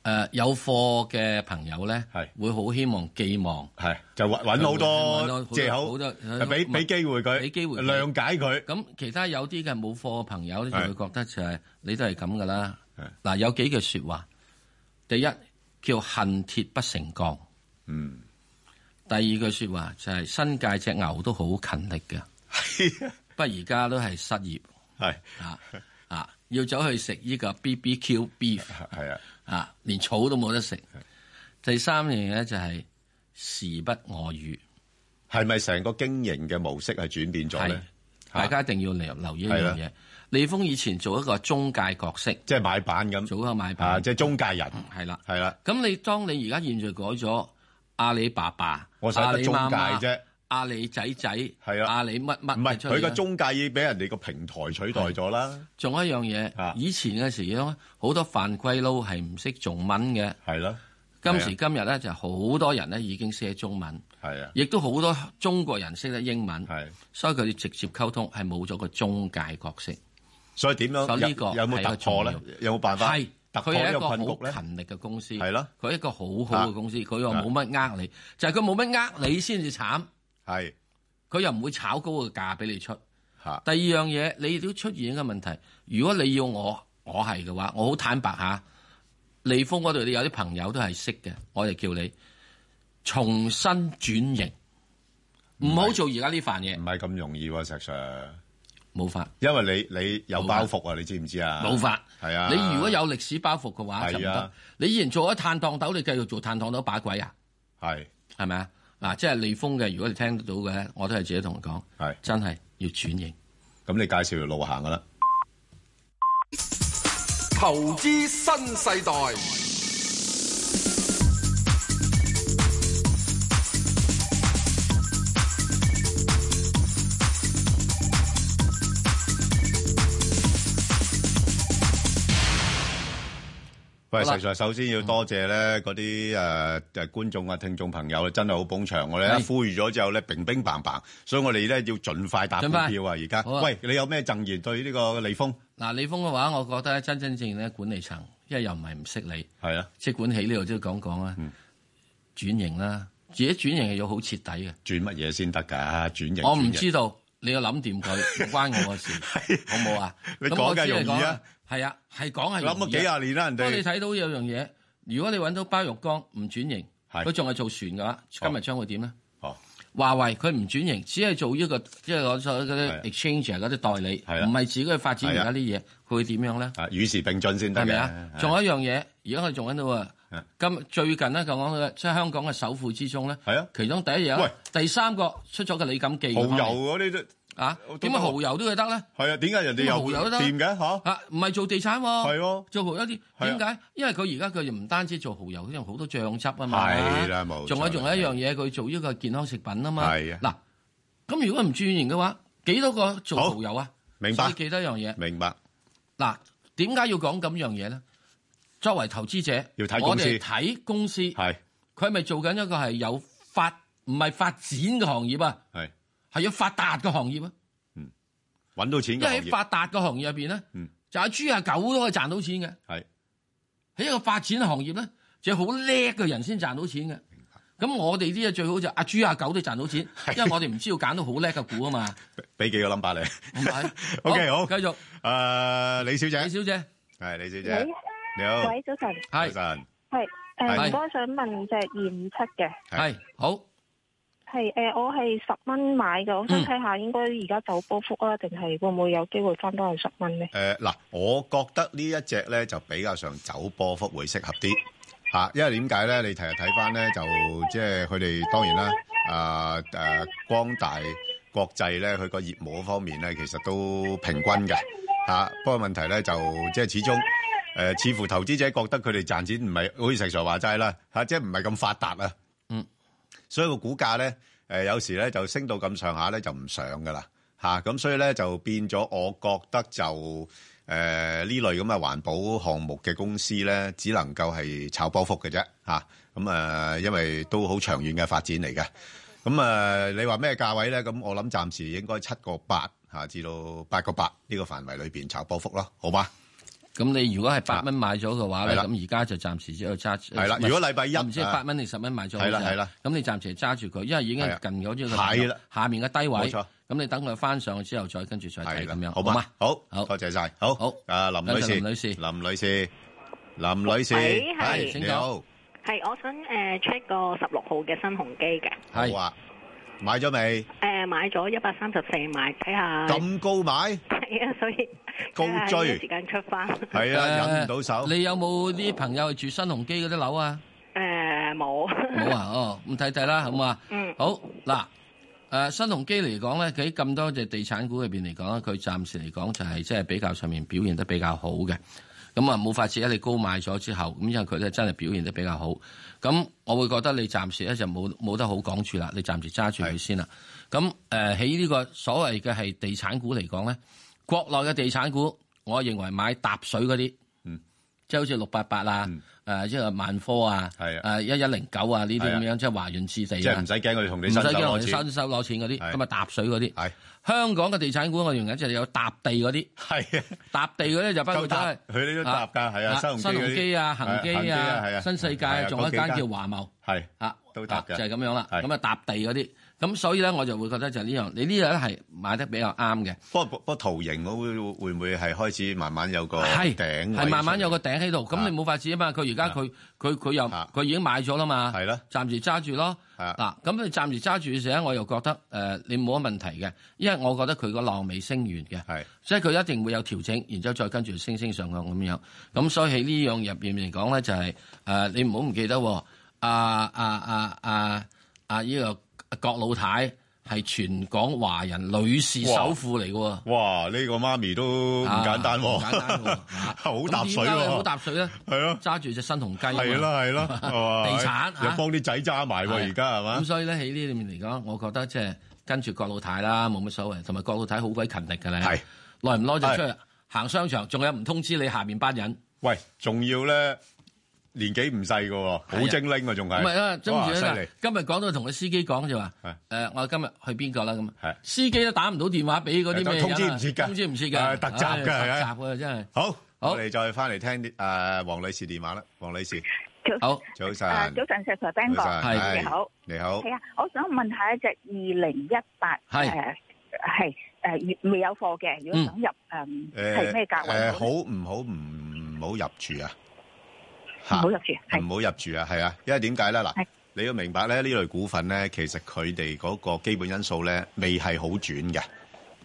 誒有貨嘅朋友咧係，會好希望寄望。係就揾揾好揾好多多藉好口多，俾唔係俾機會佢，俾機會佢諒解佢。咁其他有啲嘅冇貨嘅朋友咧，就係會覺得就係你都係咁噶啦係。嗱，有幾句説話，第一叫恨鐵不成鋼，嗯，第二句説話就係新界只牛都好勤力嘅，不過而家都係失業係啊啊，要走去食呢個 BBQ beef 係啊，啊，連草都冇得食。第三樣嘢就係時不我與，係咪成個經營嘅模式係轉變咗咧係？大家一定要留留意一樣係嘢。李峰以前做一個中介角色，即係買版咁做一個買啊，辦，即係中介人係啦。係啦。咁你當你而家現在改咗阿里巴巴，我使阿得里中介媽媽啫，阿里仔仔，係係啊阿里乜乜唔係出嚟佢個啦中介已經俾人哋個平台取代咗啦，仲有一樣啊嘢，以前嘅時咧，好多犯規佬係唔識中文嘅，係啦，今啊時今日咧就好多人咧已經識中文，係啊，亦都好多中國人識得英文，係。所以佢哋直接溝通係冇咗個中介角色，所以點樣所以呢個有有冇係一個突破重咧？有冇辦法係突佢破呢係一個個困局咧好？勤力嘅公司，係咯，啊佢係一個好好嘅公司，佢又冇乜呃你，就係佢冇乜呃你先至慘，係佢又唔會炒高個價俾你出。嚇第二樣嘢，你都出現一個問題，如果你要我，我係嘅話，我好坦白下，利豐嗰度你有啲朋友都係識嘅，我就叫你重新轉型，唔好做而家呢份嘢唔，係咁容易喎，石 Sir。冇法因為你你有包袱啊，你知唔知啊？冇法。係啊，你如果有歷史包袱嘅話就唔係啊得。你以前做咗炭檔豆，你繼續做炭檔豆把鬼啊？係係咪啊？嗱，即係利豐嘅，如果你聽得到嘅，我都係自己同佢講，係真係要轉型。咁，你介紹條路行噶啦。投資新世代，喂，好啦實在首先要多謝咧嗰啲誒誒觀眾啊、聽眾朋友真係好捧場。我哋一係呼籲咗之後咧，乒乒乓乓，所以我哋咧要盡快打股盡快票啊！而家好啊喂，你有咩贈言對呢個利豐？嗱，利豐嘅話，我覺得真真正正咧管理層，因為又唔係唔識你，係啊，即係管起呢度都要講講啦，嗯轉型啦，自己轉型係要好徹底嘅。轉乜嘢先得㗎？轉型我唔轉型知道，你要諗掂佢，唔關 我嘅事，好冇啊？你咁講我梗係只係容易啊講，係啊，係講係諗容咗易幾啊。廿年啦，人不過你哋睇到有樣嘢，如果你揾到包玉剛唔轉型，係佢仲係做船嘅話，今日將會點咧？哦，華為佢唔轉型，只係做呢、個即係我所謂嗰係啊啲 exchange 嗰啲代理，係啊唔係自己去發展而家啲嘢，佢會點樣咧？啊與時並進先得係嘅咪啊？仲有一樣嘢，而家我哋仲喺度啊啊！今最近咧，就講到即係香港嘅首富之中咧，係啊其中第一樣喂，第三個出咗個李錦記蠔嘅方面油嗰啲都啊都，點解蠔油都佢得咧？係啊？點解人哋咁蠔油又都得掂嘅嚇？啊，唔係做地產喎，係喎做蠔油啲係啊點解？因為佢而家佢唔單止做蠔油，因為好多醬汁啊嘛。係啦冇錯仲有仲有一樣嘢，佢做呢個健康食品啊嘛。係啊嗱，咁如果唔轉型嘅話，幾多個做好蠔油啊？明白所以記得一樣嘢。明白。嗱，點解要講咁樣嘢咧？作為投資者，要睇我公司哋睇公司，佢係係咪做緊一個係有發唔係發展嘅行業啊？係係要發達嘅行業啊！揾到錢因嘅為行喺業發達嘅行業入邊咧嗯，就阿豬阿啊狗都可以賺到錢嘅。係喺一個發展行業咧，就係好叻嘅人先賺到錢嘅。咁我哋啲嘢最好就阿啊豬阿狗都賺到錢， 因為我哋唔知道揀到好叻嘅股啊嘛，俾幾個 number 你。唔係 OK，好 繼續，誒，李小姐。李小姐，係，李小姐。喂你好，喂，早晨，係早晨。係。係誒，係唔該，想問隻二五七嘅，係好。係誒，我係十蚊買嘅，我想嗯睇下應該而家走波幅啊，定係會唔會有機會翻到去十蚊咧？誒，嗱，我覺得呢一隻呢，就比較上走波幅會適合啲。啊，因為點解呢？你頭先睇返呢，就即係佢哋當然啦，啊，誒，光大國際呢，佢個業務方面呢，其實都平均嘅。啊，不過問題呢，就即係始終，誒，似乎投資者覺得佢哋賺錢唔係好似食材話齋啦，嚇，即係唔係咁發達啊。所以個股價咧，誒、有時咧就升到咁上下咧就唔上噶啦，嚇、咁所以咧就變咗，我覺得就誒呢、類咁嘅環保項目嘅公司咧，只能夠係炒波幅嘅啫，嚇、咁啊、因為都好長遠嘅發展嚟嘅。咁啊、你話咩價位咧？咁我諗暫時應該七個八嚇至到八個八呢個範圍裏邊炒波幅咯，好嗯嗎？咁你如果係八蚊買咗嘅話咧，啊係啦咁而家就暫時只有揸住。係啦如果禮拜一我唔知啊八蚊定十蚊買咗好係似。啦係啦咁你暫時揸住佢，因為已經係啊近咗呢個係啦下面嘅低位。冇錯咁你等佢翻上去之後，再跟住再睇係啦，咁樣，好嘛嘛？？好，好多謝晒，好。好。啊，林多謝女士，林女士。林女士，林女士，喂，係，係，請你講。好。係，我想誒 check 個十六號嘅新鴻基嘅，啊係。好啊。買咗未？誒買咗一百三十四買，睇下 咁高買？係啊，係啊，所以高追睇下有冇時間出翻誒忍唔到手。呃你有冇啲朋友係住新鴻基嗰啲樓啊？誒呃冇冇啊，哦，咁睇睇啦，好嘛？嗯好嗱，誒新鴻基嚟講咧，喺咁多隻地產股入邊嚟講咧，佢暫時嚟講就係即係比較上面表現得比較好嘅。咁啊，冇法子啊！你高買咗之後，咁因為佢咧真係表現得比較好，咁我會覺得你暫時咧就冇冇得好講住啦，你暫時揸住佢先啦。咁誒喺呢個所謂嘅係地產股嚟講咧，國內嘅地產股，我認為買搭水嗰啲，嗯，即係好似六八八啊嗯，誒即係萬科啊，係啊誒一一零九啊呢啲係啊咁樣，即係華潤置地啊，唔即係唔使驚我哋同你 Dạ. 使伸手攞驚我哋錢。 新手攞錢嗰啲，係咁啊搭水嗰啲。係。香港嘅地產股我認為就係有搭地嗰啲，搭地嗰啲就包括咗夠係。搭，佢哋都搭㗎，係啊，啊新鴻基嗰啲。新鴻基啊、恒基係，恆基啊，係啊，啊、新世界係啊，啊，仲有一間嗰幾間。叫華茂係，啊，都搭啊嘅就係咁樣啦。係咁啊，搭地嗰啲，咁所以咧，我就會覺得就係呢樣，你呢樣咧係買得比較啱嘅，不過-不過圖形會-會唔會係開始慢慢有個係頂位係慢慢有個頂喺度，咁啊你冇法子啊嘛。佢而家啊佢佢佢又啊佢已經買咗啦嘛，係啦暫時揸住咯。啊嗱，咁你暫時揸住嘅時候呢，我又覺得誒你冇乜問題嘅，因為我覺得佢個浪未升完嘅。出嚟。係，係，即係佢一定會有調整，然之後再跟住升升上向咁樣。咁所以喺呢樣入邊嚟講咧，就係、呃你唔好唔記得喎，啊啊啊啊啊！依、個郭老太係全港華人女士首富嚟嘅喎。哇，呢個媽咪都唔啊簡單喎。唔簡單喎啊好搭水喎。咁點解佢好搭水咧？係咯。揸住只新紅雞啊嘛 係啦 係啦，係嘛地產又啊幫啲仔揸埋喎，係而家係咁嘛？所以咧喺呢裏面嚟講，我覺得即係跟住郭老太啦，冇乜所謂。同埋郭老太好鬼勤力嘅咧，係耐唔耐就出去行商場，仲有唔通知你下面班人。喂，仲要咧年紀唔細㗎喎，好精靈喎，仲係唔係啊，跟哇住犀咧利，今日講到同個司機講就話係，誒，我今日去邊個啦咁係啊？司機都打唔到電話俾嗰啲咩人啊通知唔切㗎通知唔切㗎，係特襲㗎係唉啊特襲㗎真係。好，好我哋再翻嚟聽啲誒黃女士電話啦，黃女士早好，早啊晨，早晨，石 Sir Ben 哥早，晨係你好，你好係啊，我想問下一隻二零一八，係誒係誒未有貨嘅，如果想入誒係咩誒價位呃好唔好唔好入住啊？唔嚇好入住？係唔好入住啊，係啊，因為點解咧？嗱係，你要明白咧，呢類股份咧，其實佢哋嗰個基本因素咧，未係好轉嘅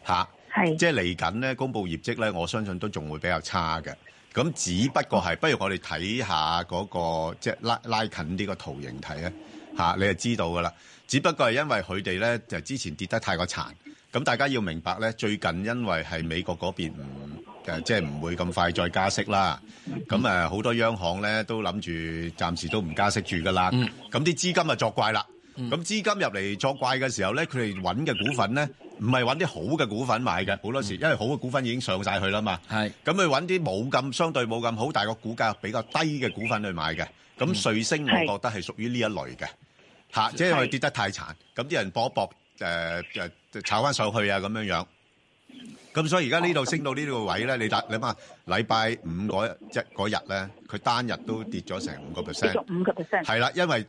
嚇。係即係嚟緊咧，公佈業績咧，我相信都仲會比較差嘅。咁只不過係，不如我哋睇下嗰、個即係拉拉近呢個圖形睇啊，嚇你就知道噶啦。只不過係因為佢哋咧就之前跌得太過殘，咁大家要明白咧，最近因為係美國嗰邊唔誒，即係唔會咁快再加息啦。咁誒好多央行咧都諗住暫時都唔加息住噶啦。嗯咁啲資金就作怪啦。咁資金入嚟作怪嘅時候咧，佢哋揾嘅股份咧，唔係揾啲好嘅股份買嘅，好多時因為好嘅股份已經上晒去啦嘛。係咁佢揾啲冇咁相對冇咁好，但係個股價比較低嘅股份去買嘅。咁瑞星我覺得係屬於呢一類嘅嚇，即係佢跌得太殘，咁啲人搏一搏誒誒炒翻上去啊咁樣樣。咁所以而家呢度升到呢個位咧，你睇你諗下，禮拜五嗰一嗰日咧，佢單日都跌咗成五個跌 percent。 咗五個 percent，係啦，因為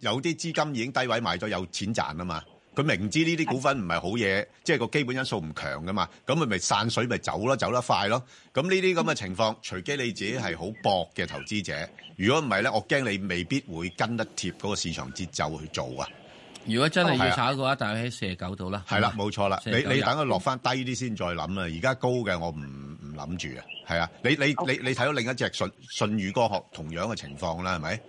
有啲資金已經低位買咗，有錢賺啊嘛。佢明知呢啲股份唔係好嘢，即係個基本因素唔強噶嘛，咁佢咪散水咪走咯，走得快咯。咁呢啲咁嘅情 況，除非你自己係好搏嘅投資者，如果唔係咧，我驚你未必會跟得貼嗰個市場節奏去做啊。如果真係係啊要炒嘅話，大概喺四十九度啦。係啦，冇錯啦，你49你等佢落翻低啲先再諗啊啦。而家高嘅我唔唔諗住啊，係啊，你你你你睇到另一隻信信宇光學同樣嘅情況啦，係咪？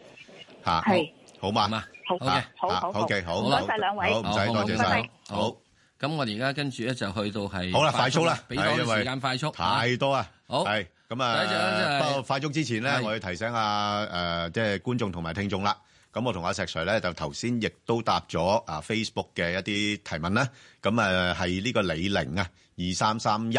嚇，係好嘛，好啊嘅好啊好好 OK，好，唔該好晒兩位好唔好使多謝拜晒拜，好。咁我哋而家跟住咧就去到係好啦，快速啦，俾多係因啲為時間快速啊太多啊，好係咁啊，第一隻咧就係不過快速之前咧，係我要提醒下誒，即係觀眾同埋聽眾啦。咁我同阿石 Sir 咧就頭先亦都答咗啊 Facebook 嘅一啲提問啦。咁啊係呢個李寧啊，二三三一。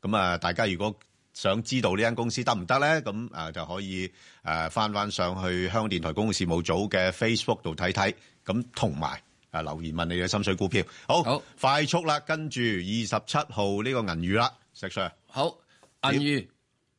咁啊，大家如果想知道呢間公司得唔得咧，咁啊就可以誒翻翻上去香港電台公共事務組嘅 Facebook 度睇睇。咁同埋。啊！留言問你嘅心水股票，好，快速啦，跟住二十七號呢個銀娛啦，石 Sir，好，銀娛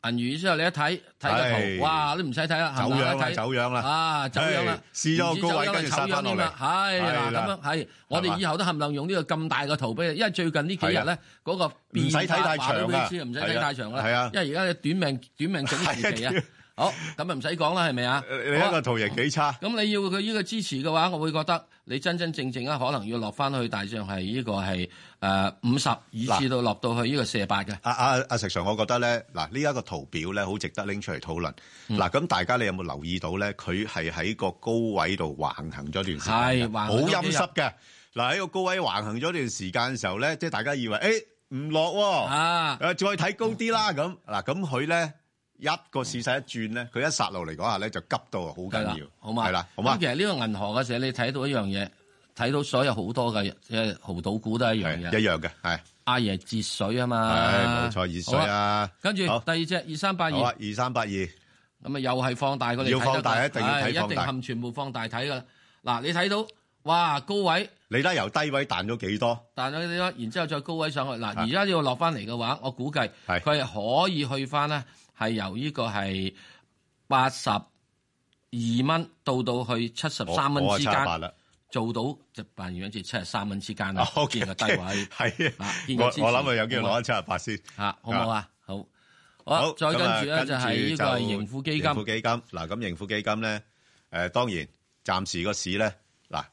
銀娛之後你一睇睇個係圖，哇！你唔使睇啦，走樣啦啊行啦睇走樣啦啊，走樣啦係，試咗個高位唔止走樣跟住係醜殺返樣添落嚟啦係係嗱啦咁樣係，我係嘛哋以後都冚唪唥用呢個咁大嘅圖俾你，因為最近呢幾日係咧啊嗰個唔變使睇太化話俾長你㗎知，唔使係睇啊太長啦，係啊因為而家短命短命整時期啊係啊， 好咁啊唔使講啦，係咪啊？你一好啊個圖形幾差？咁你要佢呢個支持嘅話，我會覺得你真真正正啊，可能要落翻去大致上係呢個係誒五十，以至到落到去呢個四十八嘅。阿啊阿阿石 Sir，我覺得咧，嗱呢一個圖表咧，好值得拎出嚟討論。嗯嗱，咁大家你有冇留意到咧？佢係喺個高位度橫行咗段時間係嘅，橫好行咗陰幾日濕嘅。嗱喺個高位橫行咗段時間嘅時候咧，即係大家以為誒唔落喎，啊誒再睇高啲啦咁。嗱咁佢咧一個市勢一轉咧，佢一殺落嚟嗰下咧就急到好緊係啦要，好嘛？係啦，好嘛咁其？實呢個銀河嘅時候，你睇到一樣嘢，睇到所有好多嘅誒豪賭股都係一樣啊嘢，一樣嘅，係阿爺節水啊嘛，係冇錯熱水啊好跟住好第二隻二三八二，好啊，咁二三八二啊又係放大佢哋要睇得放大㗎一定要睇唉放一定大冚全部放大睇噶啦。嗱，你睇到哇高位。你睇由低位彈咗幾多？但咗啲咯，然之後再高位上啊去。嗱，而家要落翻嚟嘅話，我估計係佢係可以去翻咧，係由呢個係八十二蚊到到去七十三蚊我之間我啊七十八啦哦做到就扮演至七十三蚊之間啦，啊 OK，啊見個低 位係啊嗱見我個支持我諗啊有機會攞翻七好十八先啊嘛好唔好啊？好，好，再跟住咧就係呢個係盈富基金盈，富基金嗱，咁盈富基金咧，誒當然暫時個市咧，嗱，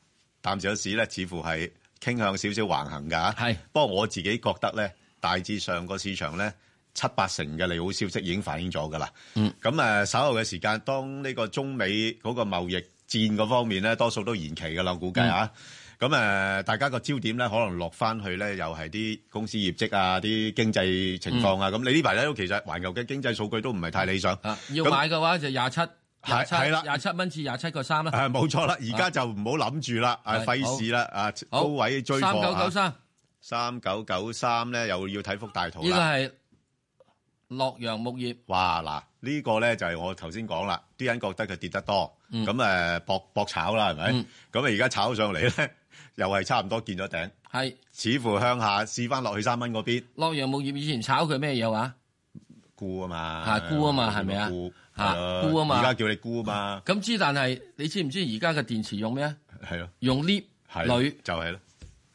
暫時個市咧似乎係傾向少少橫行㗎。係，不過我自己覺得咧，大致上個市場咧七八成嘅利好消息已經反映咗㗎啦。嗯，咁誒稍後嘅時間，當呢個中美嗰個貿易戰嗰方面咧，多數都延期㗎啦，我估嗯計啊。咁誒、大家個焦點咧，可能落翻去咧，又係啲公司業績啊、啲經濟情況嗯啊。咁、你呢排咧，其實環球嘅經濟數據都唔係太理 想。 啊要咁買嘅話就廿七。廿係七係啦廿七蚊至廿七個三啦。誒冇錯啦，而家就唔好諗住啦，誒啊係費事啦，啊好高位追三貨啊九九三，三九九三咧又要睇幅大圖呢個啦。係洛陽木業。哇！嗱，呢個咧就係我頭先講啦，啲人覺得佢跌得多，嗯咁誒搏搏炒啦，係咪？嗯咁啊而家炒上嚟咧， 又係差唔多見咗頂，係似乎向下試翻落去三蚊嗰邊洛陽木業以前炒佢咩嘢話？沽啊嘛，嚇沽啊嘛係咪啊沽嚇係咯沽啊嘛而家叫你沽啊嘛，咁之，但係你知唔知而家嘅電池用咩啊？係咯，用 lift 係咯鋁就係咯，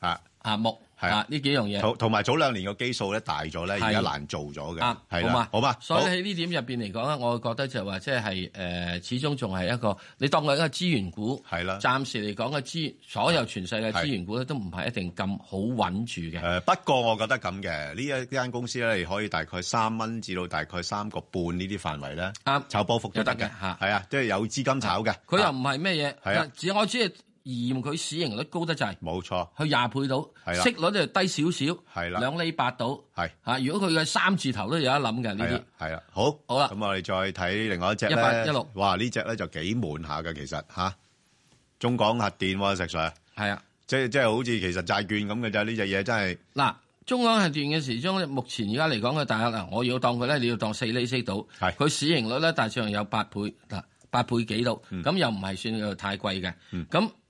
嚇。啊木係啊啊呢幾樣嘢同同埋早兩年個基數咧大咗咧，係而家難做咗嘅，啊，係好嘛啦，好嘛，所以好喺呢點入邊嚟講咧，我覺得就話即係誒，始終仲係一個你當佢一個資源股，係啦暫時嚟講嘅資所有全世界資源股咧都唔係一定咁好穩住嘅。誒，不過我覺得咁嘅呢一呢間公司咧，你可以大概三蚊至到大概三個半呢啲範圍咧，啱炒波幅都得嘅都得嘅嚇，係啊，即係有資金炒嘅，啊佢又啊唔係咩嘢，係啊但只我只係嫌佢市盈率高得滯，冇錯，去廿倍到，係啦息率就低少少，係啦兩厘八到，係嚇。如果佢嘅三字頭都有得諗嘅呢係啊啲啦。，係啦，好，好啦咁我哋再睇另外一隻咧， 1816哇，呢隻咧就幾悶下嘅其實嚇，中港核電喎，石 Sir，係啊，即係即係好似其實債券咁嘅咋，呢隻嘢真係嗱，中港核電嘅時鐘，目前而家嚟講嘅大約嗱，我要當佢咧，你要當四厘息到，係佢市盈率咧大致上有八倍嗱，八倍幾度，嗯咁、又唔係算佢太貴嘅。咁、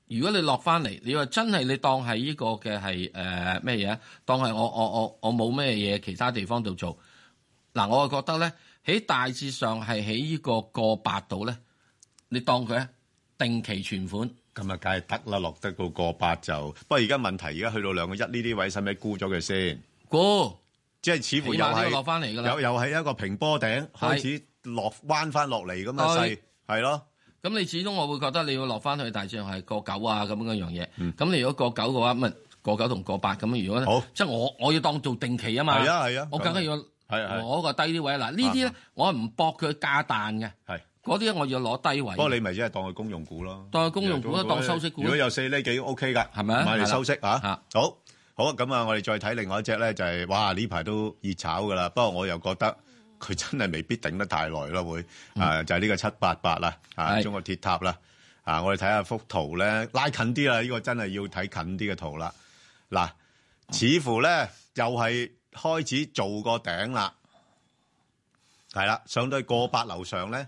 如果你落翻嚟，你話真係你當係呢個嘅係誒咩嘢？啊當係我我我我冇咩嘢其他地方度做嗱，我係覺得咧喺大致上係喺呢個個八度咧，你當佢啊定期存款。咁啊，梗係得啦，落得到過百就。不過而家問題，而家去到兩個一呢啲位，使唔使沽咗佢先？沽，即係似乎又起碼都係落返嚟㗎啦又又係一個平波頂開始落彎翻落嚟咁嘅對勢，係咯。咁你始終我會覺得你要落翻去大致上係過九啊咁樣樣嘢。咁、你如果過九嘅話，咪過九同過八咁。如果嗯好即係我我要當做定期啊嘛。係啊係啊我梗係要係係啊攞個低啲位嗱。呢啲咧我唔搏佢價彈嘅，係嗰啲我要攞低位。不過你咪即係當佢公用股咯，當佢哎公用股都當收息股啊如果有四厘幾 OK 㗎，係咪啊買係嚟啦收息啊嚇。好，好啊，咁啊，我哋再睇另外一隻咧，就係哇呢排都熱炒㗎啦。不過我又覺得佢真係未必頂得太耐咯，會啊就係呢個七八八啦，啊嗯係中國鐵塔啦。啊，我哋睇下幅圖咧，拉近啲啦，呢個真係要睇近啲嘅圖啦。嗱，似乎咧又係開始做個頂啦，係啦，上到去過百樓上咧，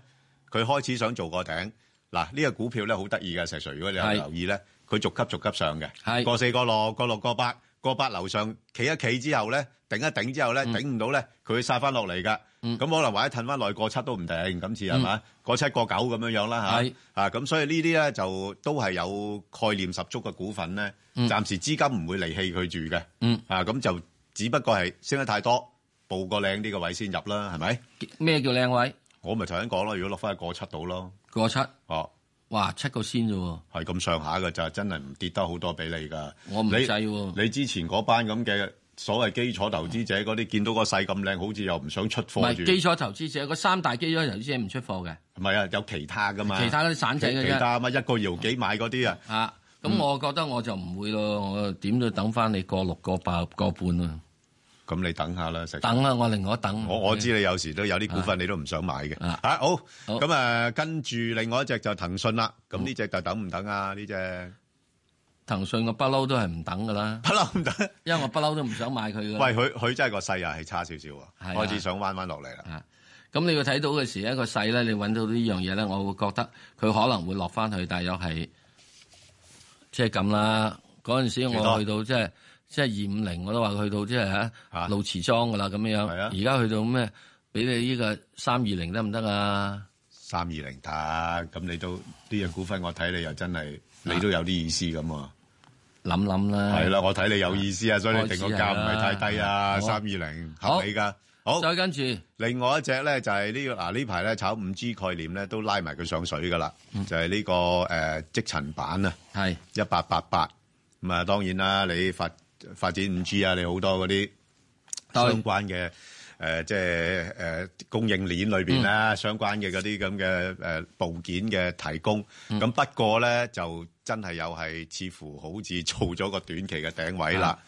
佢開始想做個頂。嗱，呢個股票咧好得意嘅，石 Sir，如果你有係留意咧，佢逐級逐級上嘅，係過四個六、過六個八、過八樓上企一企之後咧，頂一頂之後咧，頂唔到咧，佢會殺翻落嚟噶。咁嗯可能或者褪翻內過七都唔定，今次係嘛？過七過九咁樣樣啦嚇係。啊，咁所以呢啲咧就都係有概念十足嘅股份咧，嗯暫時資金唔會離棄佢住嘅。嗯啊，咁就只不過係升得太多，報個靚啲嘅位先入啦，係咪？咩叫靚位？我咪頭先講咯，如果落翻去過七度咯，過七，哦，哇七個先啫喎，係咁上下嘅就真係唔跌得好多俾你㗎。我唔你制喎。你之前嗰班咁嘅所謂基礎投資者嗰啲，見到個勢咁靚，好似又唔想出唔貨係住。基礎投資者，嗰三大基礎投資者唔出貨嘅，唔係啊，有其他㗎嘛？其他嗰啲散仔嘅其啫其。他乜一個搖幾買嗰啲啊？啊，咁我覺得我就唔會咯，我點都等翻你過六個八個半咯，咁你等下啦，石 Sir 等啊啦，我另外等。我我知你有時都有啲股份你都唔想買嘅。嗯啊啊好，好嗯咁啊跟住另外一隻就騰訊啦。咁呢隻就等唔等啊？呢隻 騰訊我不嬲都係唔等噶啦，不嬲唔等。因為我不嬲都唔想買佢噶。喂，佢佢真係個勢啊，係差少少喎，嗯係啊開始想彎彎落嚟啦。啊，咁你要睇到嘅時一個勢咧，你揾到呢樣嘢咧，我會覺得佢可能會落翻去，大約係即係咁啦。嗰陣時幾多我去到即係即係二五零，我都話去到即係啊嚇路池莊噶啦咁樣。係啊而家去到咩？俾你呢個三二零得唔得啊？三二零得，咁你都呢隻股份我睇你又真啊係你都有啲意思咁啊。諗諗啦。係啦，我睇你有意思啊，所以你開始定個價唔係太低啊，係三啦二零好合理㗎。好，再跟住另外一隻咧就係呢個嗱呢排咧炒五 G 概念咧都拉埋佢上水㗎啦，嗯就係呢個誒積塵板啊。係一八八八咁啊，當然啦，你發發展五 G 啊，你好多嗰啲相關嘅誒、呃即係誒、呃供應鏈裏邊啦，相關嘅嗰啲咁嘅誒部件嘅提供。咁、不過咧，就真係又係似乎好似做咗個短期嘅頂位啦。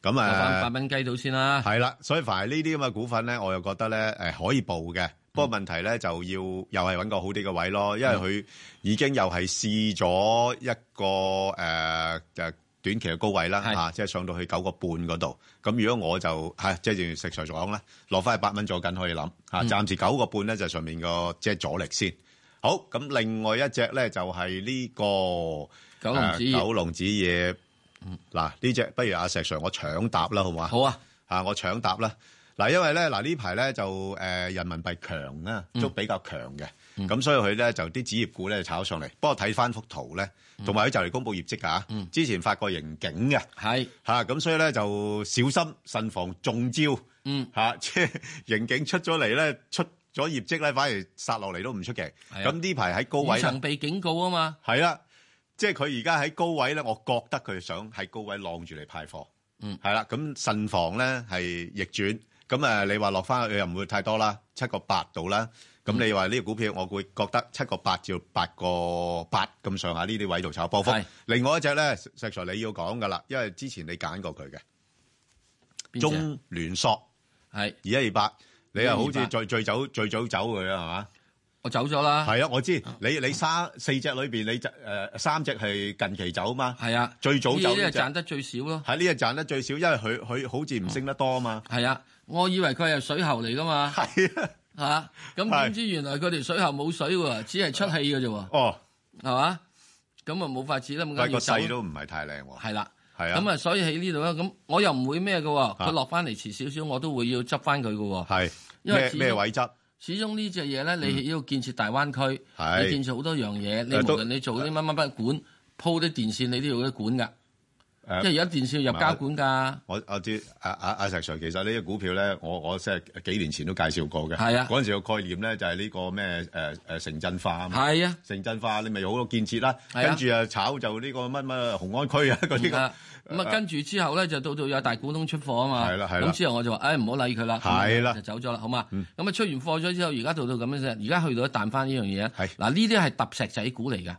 咁攞翻八啊，蚊雞到先 啦。係啦，所以凡係呢啲咁嘅股份咧，我又覺得咧誒、呃可以報嗯嘅。不過問題咧就要又係揾個好啲嘅位咯，嗯因為佢已經又係試咗一個誒誒、呃呃短期嘅高位啦嚇、係啊即係上到去九個半嗰度。咁如果我就係、即係正如食材所講咧，落翻去八蚊左緊可以諗嚇、嗯暫時九個半咧就上面個即係阻力先。好，咁另外一隻咧就係、呢、個呃九龍紙業嗯九龍紙業。嗱呢只不如阿石 Sir 我搶答啦，好嘛？好啊，啊，我搶答啦。嗱，因為咧，嗱呢排咧就誒、呃人民幣強啊，都比較強嘅，咁、所以佢咧就啲紙業股咧炒上嚟。不過睇翻幅圖咧，同埋佢就嚟公布業績㗎、之前發過盈警嘅係嚇，咁、所以咧就小心慎防中招。嗯嚇，即係盈警出咗嚟咧，出咗業績咧，反而殺落嚟都唔出奇。啊咁呢排喺高未位呢曾被警告啊嘛。係啦，即係佢而家喺高位咧，我覺得佢想喺高位晾住嚟派貨。嗯係啦，咁慎防咧係逆轉。咁啊，你話落翻去又唔會太多啦，七個八度啦。咁你話呢個股票，我會覺得七個八至八個八咁上下呢啲位度炒波幅係。另外一隻咧，石 Sir 你要講噶啦，因為之前你揀過佢嘅邊隻啊中聯塑係二一嗯二八，你又好似2128最最早最早走佢啊，係嘛？我走咗啦。係啊，我知你你三四隻裏邊，你就誒三隻係近期走嘛。係啊，最早呢走啲呢係隻賺得最少咯。喺呢日賺得最少，因為佢佢好似唔升得多嘛。係啊，我以為佢係水喉嚟噶嘛，係啊，嚇咁係點知原來佢條水喉冇水喎，只係出氣嘅啫喎，哦，係嘛？咁啊冇法子啦，咁但係緊個要勢走啦。都唔係太靚喎。係啦，係啊，咁啊所以喺呢度啦，咁我又唔會咩嘅喎，啊佢落翻嚟遲少少，我都會要執翻佢嘅喎。係因為咩始終咩位執？始終呢只嘢咧，你要建設大灣區，係你建設好多樣嘢，你誒都無論你做啲乜乜乜管，鋪啲電線，你都要啲管噶。誒因為而家電線要入膠管㗎。我我知阿阿阿石 Sir，其實呢只股票咧，我我即係幾年前都介紹過嘅。係啊嗰陣時個概念咧就係呢個咩誒誒城鎮化啊嘛。係啊，城鎮化你咪好多建設啦，係啊跟住啊炒就呢個乜乜紅安區啊嗰啲啊咁咁啊，跟住之後咧就到到有大股東出貨啊嘛。係啦係啦咁之後我就話：，誒唔好理佢啦。係啦嗯咁就走咗啦，好嘛？咁啊出完貨咗之後，而家到到咁樣啫。而家去到一彈翻呢樣嘢，啊係嗱呢啲係揼石仔股嚟㗎，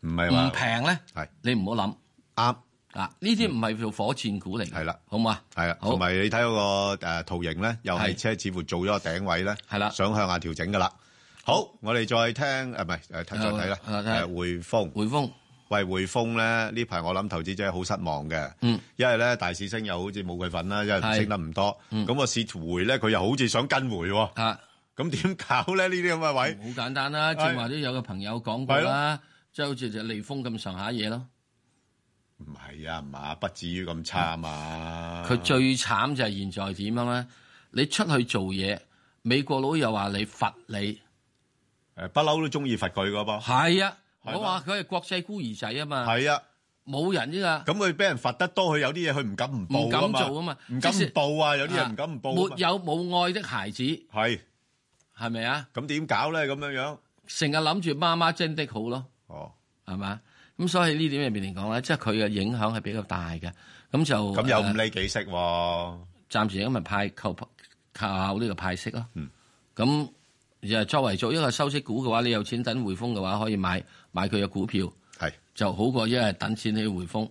唔係唔話平咧係，你唔好諗。啱嗱，呢啲唔係做火箭股嚟㗎，係啦，好嘛？係啊，好同埋你睇嗰個誒圖形咧，又係係車似乎做咗個頂位咧，係啦想向下調整噶啦。好，我哋再聽誒唔係誒睇再睇啦，啊睇誒匯豐。匯豐喂，匯豐咧呢排我諗投資者好失望嘅，嗯因為咧大市升又好似冇佢份啦，因為唔係升得唔多，嗯咁個市回咧佢又好似想跟回喎，啊。咁點搞咧呢啲咁嘅位？好簡單啦，正話都有個朋友講過啦，即係好似就利豐咁上下嘢咯。唔係啊，唔係不至於咁差嘛。佢最慘就係現在點樣咧？你出去做嘢，美國佬又話你罰你，誒不嬲都中意罰佢噶噃，係啊，係我話佢係國際孤兒仔啊嘛，係啊，冇人呢噶，咁佢俾人罰得多，佢有啲嘢佢唔敢唔報㗎唔敢做啊嘛唔敢唔報啊，有啲嘢唔敢唔報啊啊沒有冇愛的孩子嘛。係，係咪啊？咁點搞咧？咁樣樣，成日諗住媽媽真的好咯，哦，係嘛？咁所以呢點入面嚟講咧，即係佢嘅影響係比較大嘅。咁就咁又呃五厘幾息喎，暫時因為派靠靠呢個派息咯。嗯咁又作為做一個收息股嘅話，你有錢等匯豐嘅話，可以買買佢嘅股票，係就好過一係等錢去匯豐。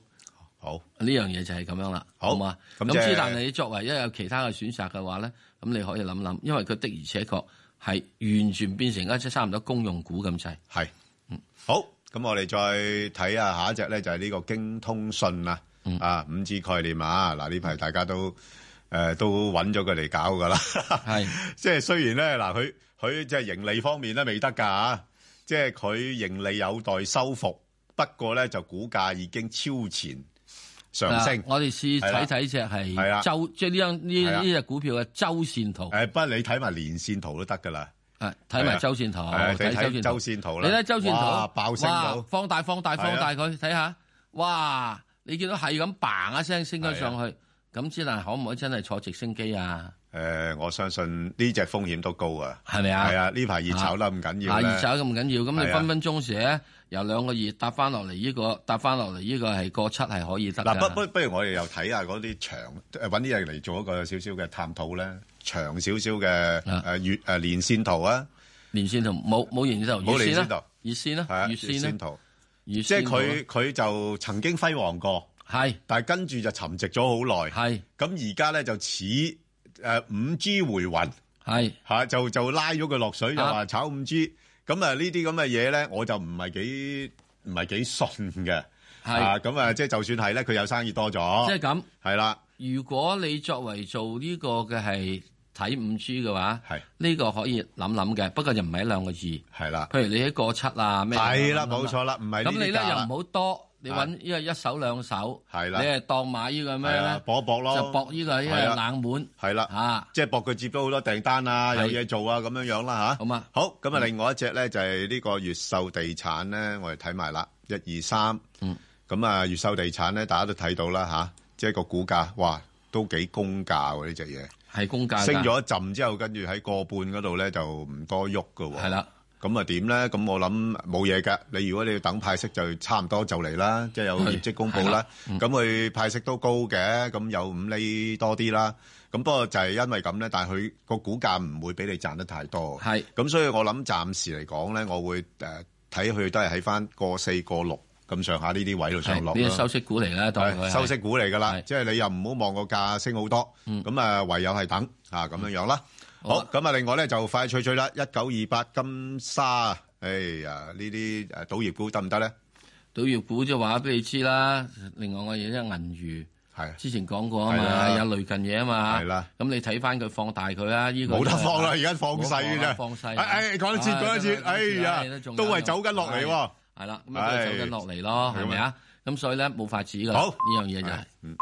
好。呢樣嘢就係咁樣啦，好好嘛？咁咁即係之但係你作為一有其他嘅選擇嘅話咧，咁你可以諗諗，因為佢的而且確係完全變成一隻差唔多公用股咁滯。係，好，咁我哋再睇下下一隻呢，就係呢個京通訊啊，啊，5G 概念啊，嗱，呢排大家都，誒，都揾咗佢嚟搞㗎啦。係。即係雖然呢，嗱，佢-佢即係盈利方面呢，未得㗎，即係佢盈利有待修復，不過呢，就股價已經超前上升。嗱我哋試睇睇只係啦係周，即係呢張呢係啦呢只股票嘅周線圖，誒，不過你睇埋連線圖都得㗎啦。啊睇埋周線圖，係啊你睇睇周周線線圖圖啦你睇周線哇圖，爆升到哇放大放大係啊放大佢，睇下，哇！你見到係咁嘭一聲升啊咗上去，咁之但係可唔可以真係坐直升機啊？誒，我相信呢隻風險都高啊。係咪啊？係啊，呢排熱炒得咁緊要呢，啊，熱炒咁緊要，咁係你啊分分鐘時咧由兩個月搭翻落嚟呢個，搭翻落嚟呢個係過七係可以得嗱，㗎。不不不如我哋又睇下嗰啲長誒揾啲嘢嚟做一個少少嘅探討啦，長少少嘅啊誒月誒連線圖啊，連線圖冇冇連線圖，冇月連線線圖啦，月線啦係啊，，月月線線啦，圖，月即係線圖啦佢佢就曾經輝煌過，係但係跟住就沉寂咗好耐，係咁而家咧就似誒五 G 回魂係嚇，就就拉咗佢落水，就啊話炒五 G，咁啊呢啲咁嘅嘢咧，我就唔係幾唔係幾信嘅，啊哦係，咁啊即係就算係咧，佢有生意多即係咗，咁。係啦，如果你作為做呢個嘅係睇五 G 嘅話，係呢個可以諗諗嘅，不過就唔係一兩個字。譬係啦。如你喺過七啊咩，係啦，諗諗冇錯啦，唔係呢咁你啲咧價又啦唔，好多，你揾呢個一手兩手，係啦你係當買呢個咩係啊咧？搏一搏咯就搏呢個呢係啊個冷門係啦，嚇。即係博佢接到好多訂單啊，有係嘢做啊，咁樣樣啦吓，好嘛好，咁啊，另外一隻咧就係呢個越秀地產咧，我哋睇埋啦，一二三，嗯，咁啊，越秀地產咧，大家都睇到啦吓，即係個股價，哇，都幾公價喎呢只嘢，係公價㗎升咗一陣之後，跟住喺個半嗰度咧就唔多喐噶喎，係。啦，咁啊點咧？咁我諗冇嘢㗎。你如果你要等派息就差唔多就嚟啦，即係有業績公佈啦。咁佢派息都高嘅，咁有五厘多啲啦。咁不過就係因為咁咧，但係佢個股價唔會俾你賺得太多。係咁，所以我諗暫時嚟講咧，我會誒睇佢都係喺翻個四個六咁上下呢啲位度上落係呢個啦收。息股嚟啦，當佢係係收息股嚟㗎啦，係即係你又唔好望個價升好多，嗯咁啊唯有係等啊咁樣樣啦。好好啊，咁啊，另外咧就快脆脆啦，一九二八金沙，哎呀呢啲誒賭業股得唔得咧？賭業股就話俾你知啦。另外我嘢即係銀娛。係之前講過係啊啦嘛，有類近嘢啊嘛，係啦咁你睇翻佢放大佢啦，呢個冇得放啦，而就係家放細嘅啫，冇啊放啦放細啦。哎哎講一次，唉講一次，講哎呀唉仲，有都係走緊落嚟喎。係啦，咁啊都係走緊落嚟咯，係係咪啊？咁所以咧冇法子噶，好呢樣嘢就係。嗯